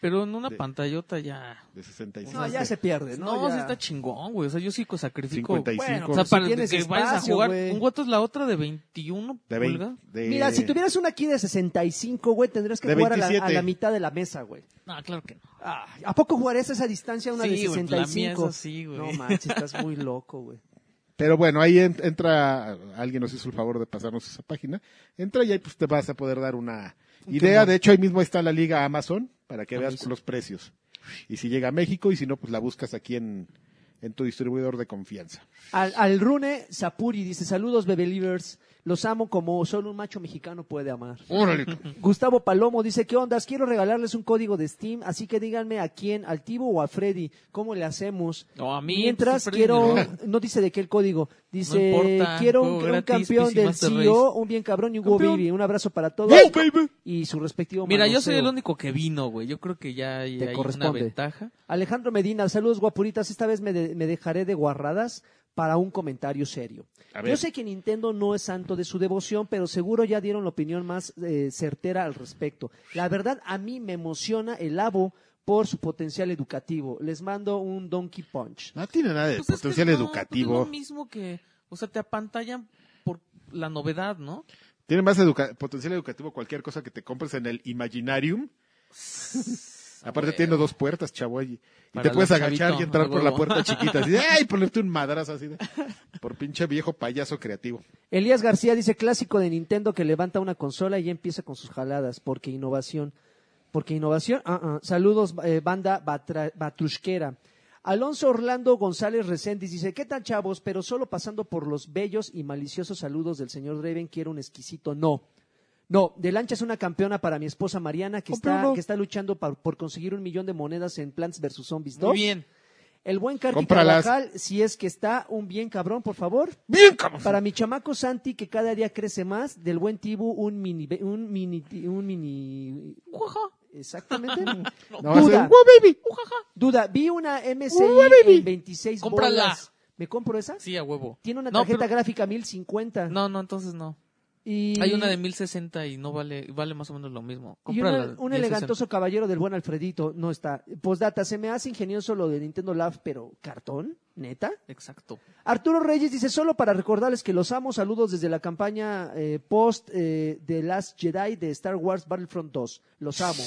Pero en una De- pantallota ya. de 65. No, ya se pierde, ¿no? No, sí Ya. está chingón, güey. O sea, yo sí co- sacrifico. 55. Bueno, O sea, Si para tienes que vayas a espacio, jugar. güey. Un guato es la otra de 21 de pulgas. 20, de- Mira, si tuvieras una aquí de 65, güey, tendrías que Eh, De jugar a la, 27. a la mitad de la mesa, güey. No, claro que no. Ah, ¿A poco jugarías a esa distancia una Sí, de güey, pues 65? la mía es así, güey. No manches, [laughs] estás muy loco, güey. Pero bueno, ahí en- entra, alguien nos hizo el favor de pasarnos esa página. Entra y ahí pues te vas a poder dar una idea. De hecho, ahí mismo está la liga Amazon para que veas Amazon. los precios. Y si llega a México y si no, pues la buscas aquí en, en tu distribuidor de confianza. Al, al Rune Sapuri dice, saludos, bebelievers. Los amo como solo un macho mexicano puede amar. Órale. Gustavo Palomo dice, ¿qué ondas? Quiero regalarles un código de Steam, así que díganme a quién, al Tibo o a Freddy, ¿cómo le hacemos? No, a mí. pues, Mientras siempre quiero, [laughs] dinero. no dice de qué el código, dice, No importa, quiero un, juego un gratis, campeón PC del Master CEO, un bien cabrón y un Go Campeón. Baby. Un abrazo para todos. Wow, baby. Y su respectivo Mira, yo soy manoseo. el único que vino, güey. Yo creo que ya hay, Te hay una corresponde. ventaja. Eh, Alejandro Medina, saludos guapuritas. Esta vez me, de- me dejaré de guarradas para un comentario serio. A ver. Yo sé que Nintendo no es santo de su devoción, pero seguro ya dieron la opinión más eh, certera al respecto. La verdad, a mí me emociona el ABO por su potencial educativo. Les mando un Donkey Punch. No tiene nada de Pues es que potencial no, pues educativo. Es lo mismo que. O sea, te apantallan por la novedad, ¿no? Tiene más educa- potencial educativo cualquier cosa que te compres en el [laughs] Imaginarium. Aparte Ah, tiene dos puertas, chavo, y, y Para te puedes los agachar chavitos, y entrar a por la huevo. puerta chiquita. [laughs] Así, de, ¡ay! Ponerte un madrazo así de, por pinche viejo payaso creativo. Elías García dice clásico de Nintendo que levanta una consola y ya empieza con sus jaladas, porque innovación. Porque innovación, ah, ah. saludos eh, banda batra- batrusquera. Alonso Orlando González Reséndiz dice, ¿qué tal chavos? Pero solo pasando por los bellos y maliciosos saludos del señor Draven, quiero un exquisito no. No, de lancha es una campeona para mi esposa Mariana que, está, que está luchando pa- por conseguir un millón de monedas en Plants vs. Zombies 2. Muy bien. El buen Carti Cómpralas. Carvajal, si es que está un bien cabrón, por favor. Bien, cabrón. Para mi chamaco Santi, que cada día crece más, del buen Tibu, un mini, be- un mini, ti- un mini, Ujaja, [laughs] exactamente. No, duda, hace, "Wow, baby. ujaja. duda, vi una MSI en 26 Cómprala. bolas. ¿Me compro esa? Sí, a huevo. Tiene una No, tarjeta pero- gráfica 1050. No, no, entonces no. Y, Hay una de 1060 y no vale, vale más o menos lo mismo. y una- Cómprala, un 1060. elegantoso caballero del buen Alfredito. No está. Postdata, se me hace ingenioso lo de Nintendo Lab, pero ¿cartón? ¿Neta? Exacto. Arturo Reyes dice, solo para recordarles que los amo, saludos desde la campaña eh, post eh, de Last Jedi de Star Wars Battlefront 2. Los amo.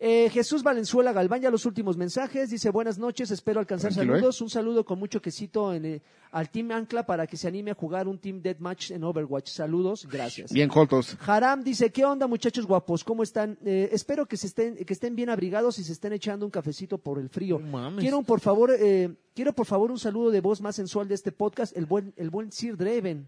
Eh, Jesús Valenzuela Galván, ya los últimos mensajes, dice buenas noches, espero alcanzar Tranquilo, saludos. Un saludo con mucho quesito en, eh, al Team Ancla para que se anime a jugar un Team Deathmatch en Overwatch. Saludos, gracias. Bien, Joltos. Haram dice, ¿qué onda muchachos guapos? ¿Cómo están? Eh, espero que, se estén, que estén bien abrigados y se estén echando un cafecito por el frío. No mames. Quiero un, por favor, eh, quiero por favor un saludo de voz más sensual de este podcast, el buen, el buen Sir Draven.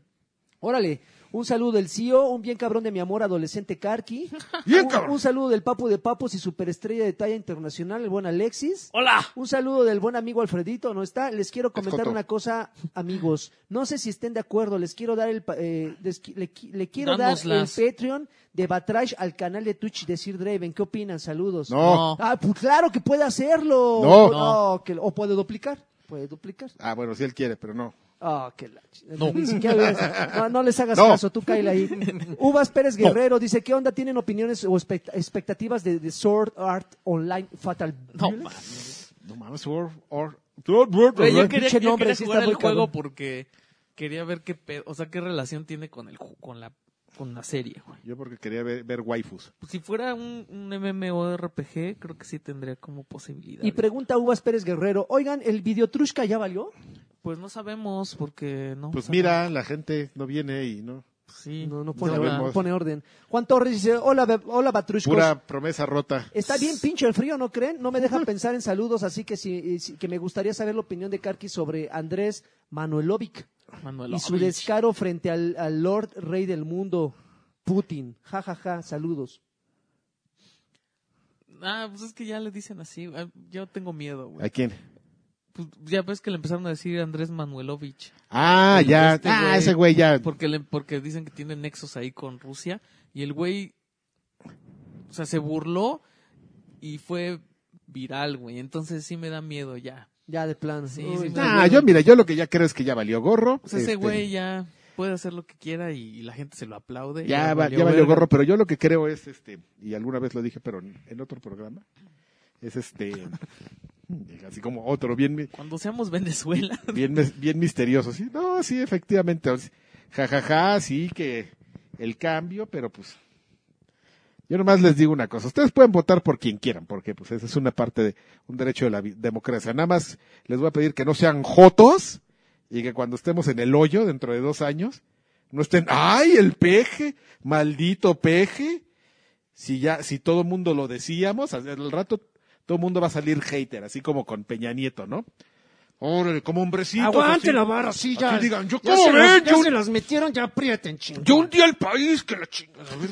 Órale, un saludo del CEO, un bien cabrón de mi amor adolescente Karki. Bien, un, cabrón. un saludo del Papu de Papos y superestrella de talla internacional, el buen Alexis. ¡Hola! Un saludo del buen amigo Alfredito, ¿no está? Les quiero comentar Joto. una cosa, amigos. No sé si estén de acuerdo, les quiero dar el... pa- eh, les qui- le, qui- le quiero Dánoslas. dar el Patreon de Batrash al canal de Twitch de Sir Draven. ¿Qué opinan? Saludos. No. Ah, pues claro que puede hacerlo. Oh, No. que- o puede duplicar. Puede duplicar. Ah, bueno, si él quiere, pero no. Ah, que la ch- No. Ni siquiera hubieras- no, no les hagas No. caso, tú cáele [laughs] ahí. Uvas Pérez Guerrero dice, ¿qué onda? ¿Tienen opiniones o expect- expectativas de, de Sword Art Online Fatal No, Bullet? mames. No mames, or, or- Güey, yo quería, Pinche yo nombre, quería sí jugar está el muy juego cabrón. porque quería ver qué pedo, o sea, qué relación tiene con el ju- con la con la serie, güey. Yo porque quería ver, ver waifus. Pues si fuera un, un MMORPG, creo que sí tendría como posibilidad. Y pregunta Uvas Pérez Guerrero, oigan, ¿el videotrushka ya valió? pues no sabemos porque no. Pues sabemos. mira, la gente no viene y no. Sí. No, no pone, No orden, vemos. no pone orden. Juan Torres dice, hola, Be- hola Batrushkos. Pura promesa rota. Está bien pinche el frío, ¿no creen? No me deja [laughs] pensar en saludos, así que sí, sí, que me gustaría saber la opinión de Karki sobre Andrés Manuelovic Manuel y su descaro frente al, al Lord Rey del Mundo, Putin. Ja, ja, ja, saludos. Ah, pues es que ya le dicen así. ah, Yo tengo miedo, ¿A güey. quién? Pues ya ves que le empezaron a decir Andrés Manuelovich. Ah, El- ya. este ah, güey. ese güey ya. Porque, le, porque dicen que tiene nexos ahí con Rusia. Y el güey. O sea, se burló y fue viral, güey. Entonces sí me da miedo ya. Ya de plano. Sí, Uy, sí, no. Nah, Ah, yo mira, yo lo que ya creo es que ya valió gorro. Pues O sea, ese Este, güey ya puede hacer lo que quiera y la gente se lo aplaude. Ya, va- ya valió verga. gorro, pero yo lo que creo es, este, y alguna vez lo dije, pero en en otro programa, es este, [laughs] así como otro, bien, mi- Cuando seamos Venezuela. [laughs] bien, mes- bien misterioso, sí, no, sí, efectivamente, jajaja, ja, ja, sí, que el cambio, pero pues, yo nomás les digo una cosa, ustedes pueden votar por quien quieran, porque pues esa es una parte de un derecho de la vi- democracia, nada más les voy a pedir que no sean jotos y que cuando estemos en el hoyo dentro de dos años, no estén, ay, el peje, maldito peje, si ya, si todo mundo lo decíamos, al- al rato todo mundo va a salir hater, así como con Peña Nieto, ¿no? Órale, como hombrecito. Aguante así. la barra, sí, ya. Así digan, yo ya cómo se ven, los, ya yo un- se los metieron, ya aprieten, chingón. Yo hundí al país, que la chingada. a ver,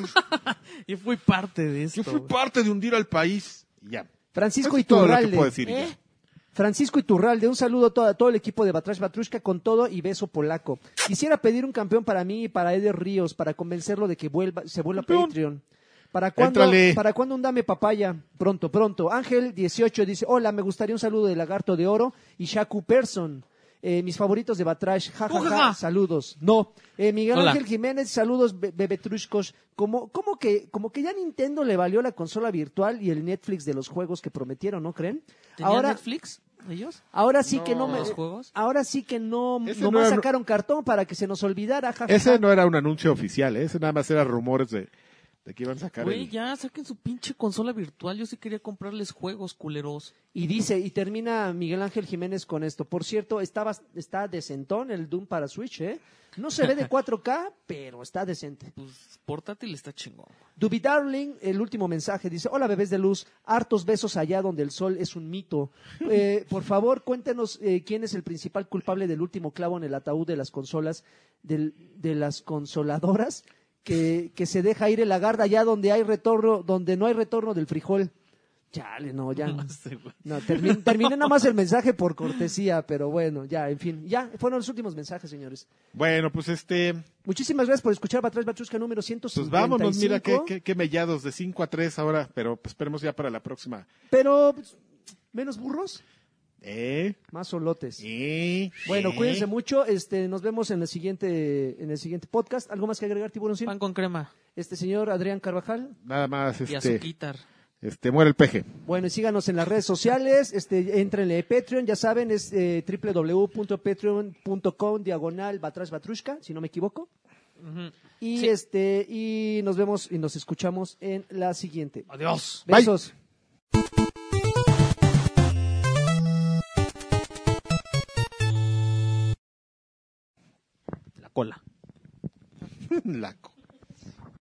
Yo fui parte de esto. Yo fui güey. parte de hundir al país. Y Ya. Francisco Eso es pues, todo lo que Iturralde. puedo decir, ya. Francisco Iturralde, un saludo a todo, a todo el equipo de Batrash Batrushka con todo y beso polaco. Quisiera pedir un campeón para mí y para Eder Ríos, para convencerlo de que vuelva, se vuelva Patreon. ¿Para cuándo, Éntrale. ¿Para cuándo un dame papaya? Pronto, pronto. Ángel 18 dice, hola, me gustaría un saludo de Lagarto de Oro y Shaku Person. Eh, mis favoritos de Batrash, Ja, ja, ja. Ujaja. saludos. No, Eh, Miguel Hola. Ángel Jiménez, saludos be- bebetrushcos. Como, como que, como que ya Nintendo le valió la consola virtual y el Netflix de los juegos que prometieron, ¿no creen? ¿Tenía Ahora, Netflix? ¿Ellos? Ahora sí que no No. me. ¿Los juegos? Ahora sí que no. Ese nomás no era- sacaron cartón para que se nos olvidara. jajaja. Ese no era un anuncio oficial, ¿eh? ese nada más era rumores de, de que iban a sacar Güey, el- ya, saquen su pinche consola virtual. Yo sí quería comprarles juegos, culeros. Y dice, y termina Miguel Ángel Jiménez con esto. Por cierto, estaba, está decentón el Doom para Switch, ¿eh? No se ve de [laughs] 4K, pero está decente. Pues portátil está chingón. Duby Darling, el último mensaje, dice, hola bebés de luz, hartos besos allá donde el sol es un [laughs] mito. Eh, por favor, cuéntenos eh, quién es el principal culpable del último clavo en el ataúd de las consolas, del- de las consoladoras, que, que se deja ir el lagarda allá donde hay retorno, donde no hay retorno del frijol. Chale, no, [laughs] ya. No sé, güey. No, termi- terminé nada más el mensaje por cortesía, pero bueno, ya, en fin. Ya, fueron los últimos mensajes, señores. Bueno, pues este, Muchísimas gracias por escuchar Batrás Bachusca número 155. pues vámonos, mira qué, qué, qué mellados de 5 a 3 ahora, pero pues, esperemos ya para la próxima. Pero pues, menos burros, ¿Eh? más solotes. ¿Eh? Bueno, ¿Eh? cuídense mucho. Este, nos vemos en el siguiente, en el siguiente podcast. ¿Algo más que agregar, Tiburoncín? Pan con crema Este señor Adrián Carvajal. Nada más, y este, azuquitar. este, muere el peje. [laughs] Bueno, y síganos en las redes sociales. Este, entrenle a Patreon, ya saben, es eh, www.patreon.com diagonal Batrash Batrushka, si no me equivoco. Ujú. Y Sí. este, y nos vemos y nos escuchamos en la siguiente. Adiós. Bye. Besos. La cola. La